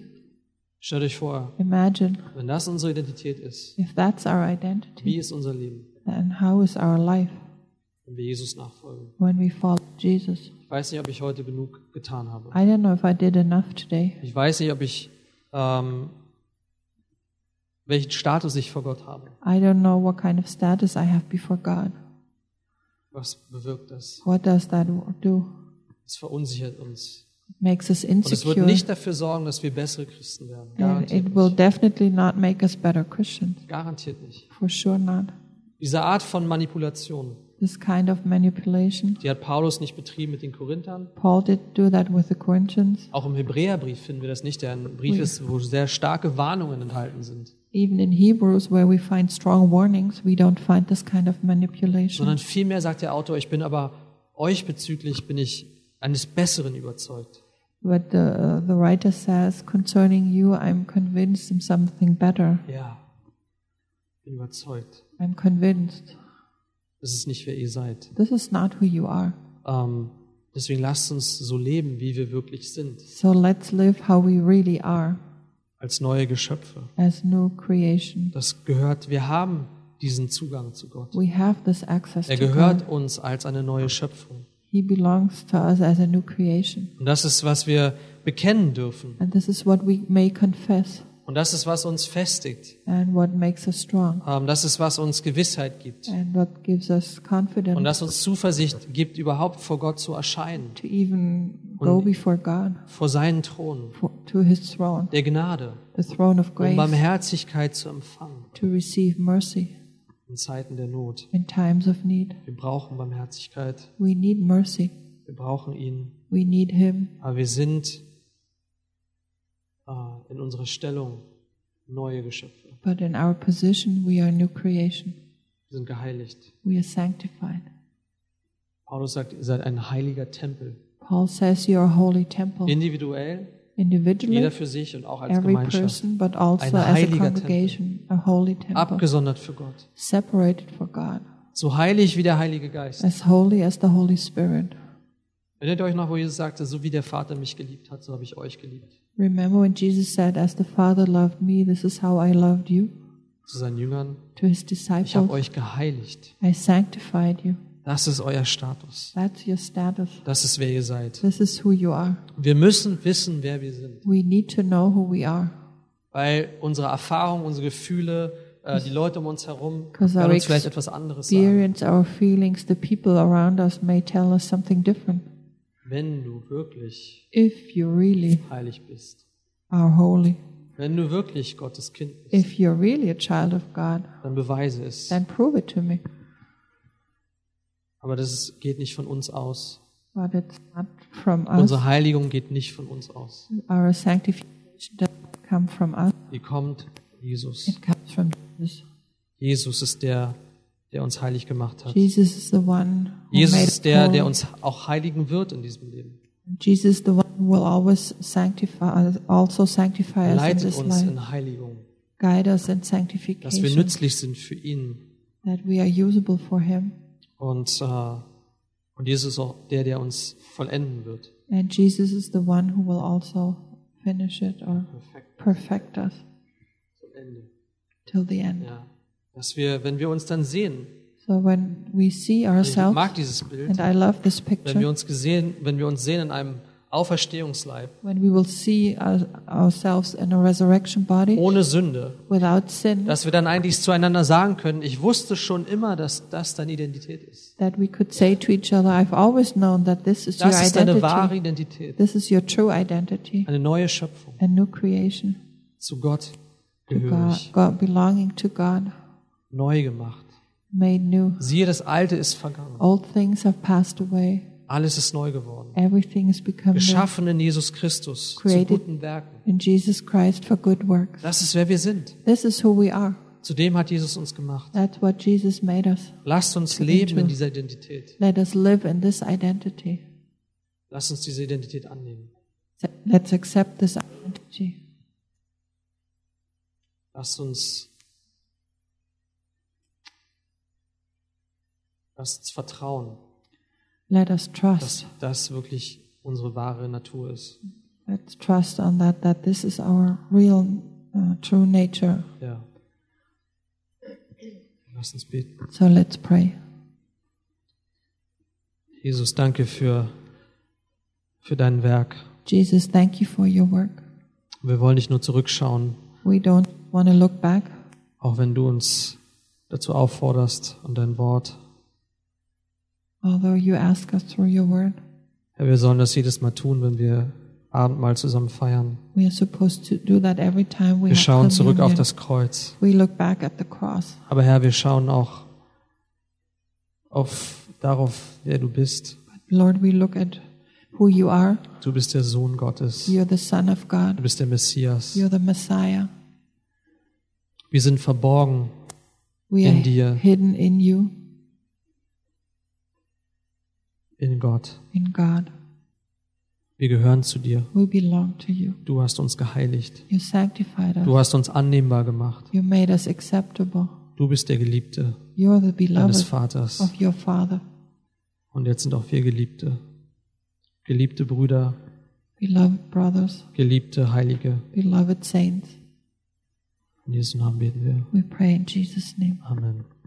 Speaker 1: Stellt euch vor,
Speaker 2: Imagine
Speaker 1: wenn das unsere Identität ist,
Speaker 2: if that's our identity,
Speaker 1: wie ist unser Leben,
Speaker 2: then how is our life
Speaker 1: wenn wir Jesus nachfolgen?
Speaker 2: when we follow Jesus?
Speaker 1: Ich weiß nicht, ob ich heute genug getan habe.
Speaker 2: I don't know if I did enough today.
Speaker 1: Ich weiß nicht, ob ich ähm, welchen Status ich vor Gott habe.
Speaker 2: I don't know what kind of status I have before God.
Speaker 1: Was bewirkt das?
Speaker 2: What does that do?
Speaker 1: Es verunsichert uns.
Speaker 2: It makes us
Speaker 1: Und es wird
Speaker 2: insecure.
Speaker 1: nicht dafür sorgen, dass wir bessere Christen werden.
Speaker 2: And
Speaker 1: Garantiert
Speaker 2: it will
Speaker 1: nicht.
Speaker 2: definitely not make us better Christians.
Speaker 1: Garantiert nicht.
Speaker 2: For sure not.
Speaker 1: Diese Art von Manipulation,
Speaker 2: This kind of manipulation.
Speaker 1: die hat Paulus nicht betrieben mit den Korinthern.
Speaker 2: Paul did do that with the Corinthians.
Speaker 1: Auch im Hebräerbrief finden wir das nicht, der ein Brief ist, wo sehr starke Warnungen enthalten sind,
Speaker 2: Even in Hebrews, where we find strong warnings, we don't find this kind of manipulation.
Speaker 1: sondern vielmehr sagt der Autor, ich bin aber euch bezüglich bin ich eines Besseren überzeugt.
Speaker 2: But the, uh, the writer says, concerning you, I'm convinced in something better.
Speaker 1: Ja, bin überzeugt.
Speaker 2: I'm convinced.
Speaker 1: Das ist nicht, wer ihr seid.
Speaker 2: This is not who you are.
Speaker 1: Ähm, deswegen lasst uns so leben, wie wir wirklich sind,
Speaker 2: So let's live how we really are
Speaker 1: als neue Geschöpfe.
Speaker 2: as new creation.
Speaker 1: Das gehört, wir haben diesen Zugang zu Gott.
Speaker 2: We have this access
Speaker 1: Er
Speaker 2: to God.
Speaker 1: gehört uns als eine neue Schöpfung.
Speaker 2: He belongs to us as a new creation.
Speaker 1: Und das ist, was wir bekennen dürfen.
Speaker 2: And this is what we may confess
Speaker 1: Und das ist, was uns festigt.
Speaker 2: and what makes us strong
Speaker 1: Ähm, Das ist, was uns Gewissheit gibt.
Speaker 2: and what gives us
Speaker 1: Und
Speaker 2: confidence
Speaker 1: das uns Zuversicht gibt, überhaupt vor Gott zu erscheinen.
Speaker 2: to even go before God,
Speaker 1: Vor seinen Thron.
Speaker 2: for, to His throne,
Speaker 1: Der Gnade.
Speaker 2: the throne of
Speaker 1: Um
Speaker 2: grace,
Speaker 1: Barmherzigkeit zu empfangen.
Speaker 2: to receive mercy
Speaker 1: In Zeiten der Not.
Speaker 2: in times of need.
Speaker 1: Wir brauchen Barmherzigkeit.
Speaker 2: We need mercy.
Speaker 1: Wir brauchen ihn.
Speaker 2: We need Him.
Speaker 1: Aber wir sind äh, in unserer Stellung neue Geschöpfe.
Speaker 2: But in our position, we are new creation.
Speaker 1: Wir sind geheiligt.
Speaker 2: We are sanctified.
Speaker 1: Paulus sagt, ihr seid ein heiliger Tempel.
Speaker 2: Paul says, "You are a holy temple,
Speaker 1: Individuell, jeder
Speaker 2: individually,
Speaker 1: für sich und auch als
Speaker 2: every
Speaker 1: Gemeinschaft.
Speaker 2: person, but also
Speaker 1: Ein
Speaker 2: as a
Speaker 1: heiliger
Speaker 2: congregation, a holy temple,
Speaker 1: Abgesondert für Gott.
Speaker 2: separated for God,
Speaker 1: So heilig wie der Heilige Geist.
Speaker 2: as holy as the Holy Spirit."
Speaker 1: Erinnert ihr euch noch, wo Jesus sagte, so wie der Vater mich geliebt hat, so habe ich euch geliebt.
Speaker 2: Remember when Jesus said, "As the Father loved me, this is how I loved you."
Speaker 1: Zu seinen Jüngern,
Speaker 2: To his
Speaker 1: ich habe
Speaker 2: disciples,
Speaker 1: euch geheiligt.
Speaker 2: "I sanctified you."
Speaker 1: Das ist euer Status.
Speaker 2: That's your status.
Speaker 1: Das ist, wer ihr seid.
Speaker 2: This is who you are.
Speaker 1: Wir müssen wissen, wer wir sind.
Speaker 2: We need to know who we are.
Speaker 1: Weil unsere Erfahrungen, unsere Gefühle, äh, die Leute um uns herum
Speaker 2: Because
Speaker 1: werden
Speaker 2: our
Speaker 1: uns vielleicht etwas anderes sagen.
Speaker 2: experience, our feelings, the people around us may tell us something different.
Speaker 1: Wenn du wirklich
Speaker 2: If you really
Speaker 1: heilig bist,
Speaker 2: are holy,
Speaker 1: wenn du wirklich Gottes Kind bist,
Speaker 2: if you're really a child of God,
Speaker 1: dann beweise es.
Speaker 2: then prove it to me.
Speaker 1: Aber das ist, geht nicht von uns aus.
Speaker 2: But it's not from us.
Speaker 1: Unsere Heiligung geht nicht von uns aus.
Speaker 2: Our sanctification doesn't come from us,
Speaker 1: Die kommt Jesus.
Speaker 2: it comes from Jesus.
Speaker 1: Jesus ist der, der uns heilig gemacht hat.
Speaker 2: Jesus is the one who
Speaker 1: Jesus
Speaker 2: made
Speaker 1: ist der,
Speaker 2: us
Speaker 1: der
Speaker 2: holy.
Speaker 1: uns auch heiligen wird in diesem Leben.
Speaker 2: Jesus is the one who will always sanctify us, also sanctify
Speaker 1: Er
Speaker 2: us in
Speaker 1: leitet
Speaker 2: this
Speaker 1: uns
Speaker 2: life.
Speaker 1: in Heiligung,
Speaker 2: Guide us in
Speaker 1: dass wir
Speaker 2: sanctification,
Speaker 1: nützlich sind für ihn.
Speaker 2: that we are usable for Him.
Speaker 1: Und, äh, und Jesus ist auch der, der uns vollenden wird.
Speaker 2: And Jesus is the one who will also finish it or
Speaker 1: Perfekt,
Speaker 2: perfect us
Speaker 1: zum Ende.
Speaker 2: till the end.
Speaker 1: Ja. Dass wir, wenn wir uns dann sehen,
Speaker 2: So when we see
Speaker 1: ich mag
Speaker 2: ourselves,
Speaker 1: dieses Bild,
Speaker 2: and I love this
Speaker 1: wenn wir
Speaker 2: picture,
Speaker 1: uns gesehen, wenn wir uns sehen in einem Auferstehungsleib
Speaker 2: when we will see our, ourselves in a resurrection body
Speaker 1: ohne Sünde,
Speaker 2: without sin,
Speaker 1: dass wir dann eigentlich zueinander sagen können, ich wusste schon immer, dass das deine Identität ist.
Speaker 2: that we could say to each other, I've always known that this is your
Speaker 1: Das ist deine wahre
Speaker 2: identity.
Speaker 1: Identität,
Speaker 2: This is your true identity,
Speaker 1: eine neue Schöpfung,
Speaker 2: a new creation,
Speaker 1: zu Gott
Speaker 2: to God,
Speaker 1: gehörig,
Speaker 2: God, belonging to God,
Speaker 1: neu gemacht.
Speaker 2: made new.
Speaker 1: Siehe, das Alte ist vergangen,
Speaker 2: Old things have passed away.
Speaker 1: alles ist neu geworden.
Speaker 2: Everything has become new
Speaker 1: Geschaffen in Jesus Christus zu
Speaker 2: Created.
Speaker 1: guten Werken.
Speaker 2: in Jesus Christ for good works.
Speaker 1: Das ist, wer wir sind.
Speaker 2: This is who we are.
Speaker 1: Zudem hat Jesus uns gemacht.
Speaker 2: That's what Jesus made us.
Speaker 1: Lasst uns leben in dieser Identität.
Speaker 2: Let us live in this identity.
Speaker 1: Lasst uns diese Identität annehmen.
Speaker 2: Let's accept this identity.
Speaker 1: Lasst uns, lasst uns vertrauen,
Speaker 2: Let us
Speaker 1: dass
Speaker 2: trust.
Speaker 1: das wirklich unsere wahre Natur ist.
Speaker 2: Let's trust on that, that this is our real, uh, true nature.
Speaker 1: Ja. Lass uns beten.
Speaker 2: So let's pray.
Speaker 1: Jesus, danke für, für dein Werk.
Speaker 2: Jesus, thank you for your work.
Speaker 1: Wir wollen nicht nur zurückschauen,
Speaker 2: We don't want to look back,
Speaker 1: auch wenn du uns dazu aufforderst und dein Wort.
Speaker 2: although you ask us through your word.
Speaker 1: Herr, wir sollen das jedes Mal tun, wenn wir Abendmahl zusammen feiern.
Speaker 2: We are supposed to do that every time we
Speaker 1: Wir
Speaker 2: have
Speaker 1: schauen zurück auf
Speaker 2: communion.
Speaker 1: das Kreuz.
Speaker 2: We look back at the cross,
Speaker 1: Aber Herr, wir schauen auch auf, darauf, wer du bist.
Speaker 2: but Lord, we look at who you are.
Speaker 1: Du bist der Sohn Gottes.
Speaker 2: You're the Son of
Speaker 1: Du
Speaker 2: God.
Speaker 1: bist der Messias.
Speaker 2: You're the Messiah.
Speaker 1: Wir sind verborgen.
Speaker 2: We
Speaker 1: In
Speaker 2: are
Speaker 1: dir.
Speaker 2: hidden in you,
Speaker 1: in Gott.
Speaker 2: in God.
Speaker 1: Wir gehören zu dir.
Speaker 2: We belong to you.
Speaker 1: Du hast uns geheiligt.
Speaker 2: You sanctified us.
Speaker 1: Du hast uns annehmbar gemacht.
Speaker 2: You made us acceptable.
Speaker 1: Du bist der Geliebte
Speaker 2: You're the
Speaker 1: deines
Speaker 2: beloved
Speaker 1: Vaters.
Speaker 2: of your Father.
Speaker 1: Und jetzt sind auch wir Geliebte. Geliebte Brüder,
Speaker 2: Beloved brothers,
Speaker 1: geliebte Heilige.
Speaker 2: beloved saints,
Speaker 1: In Jesu Namen beten wir.
Speaker 2: we pray in Jesus' name.
Speaker 1: Amen.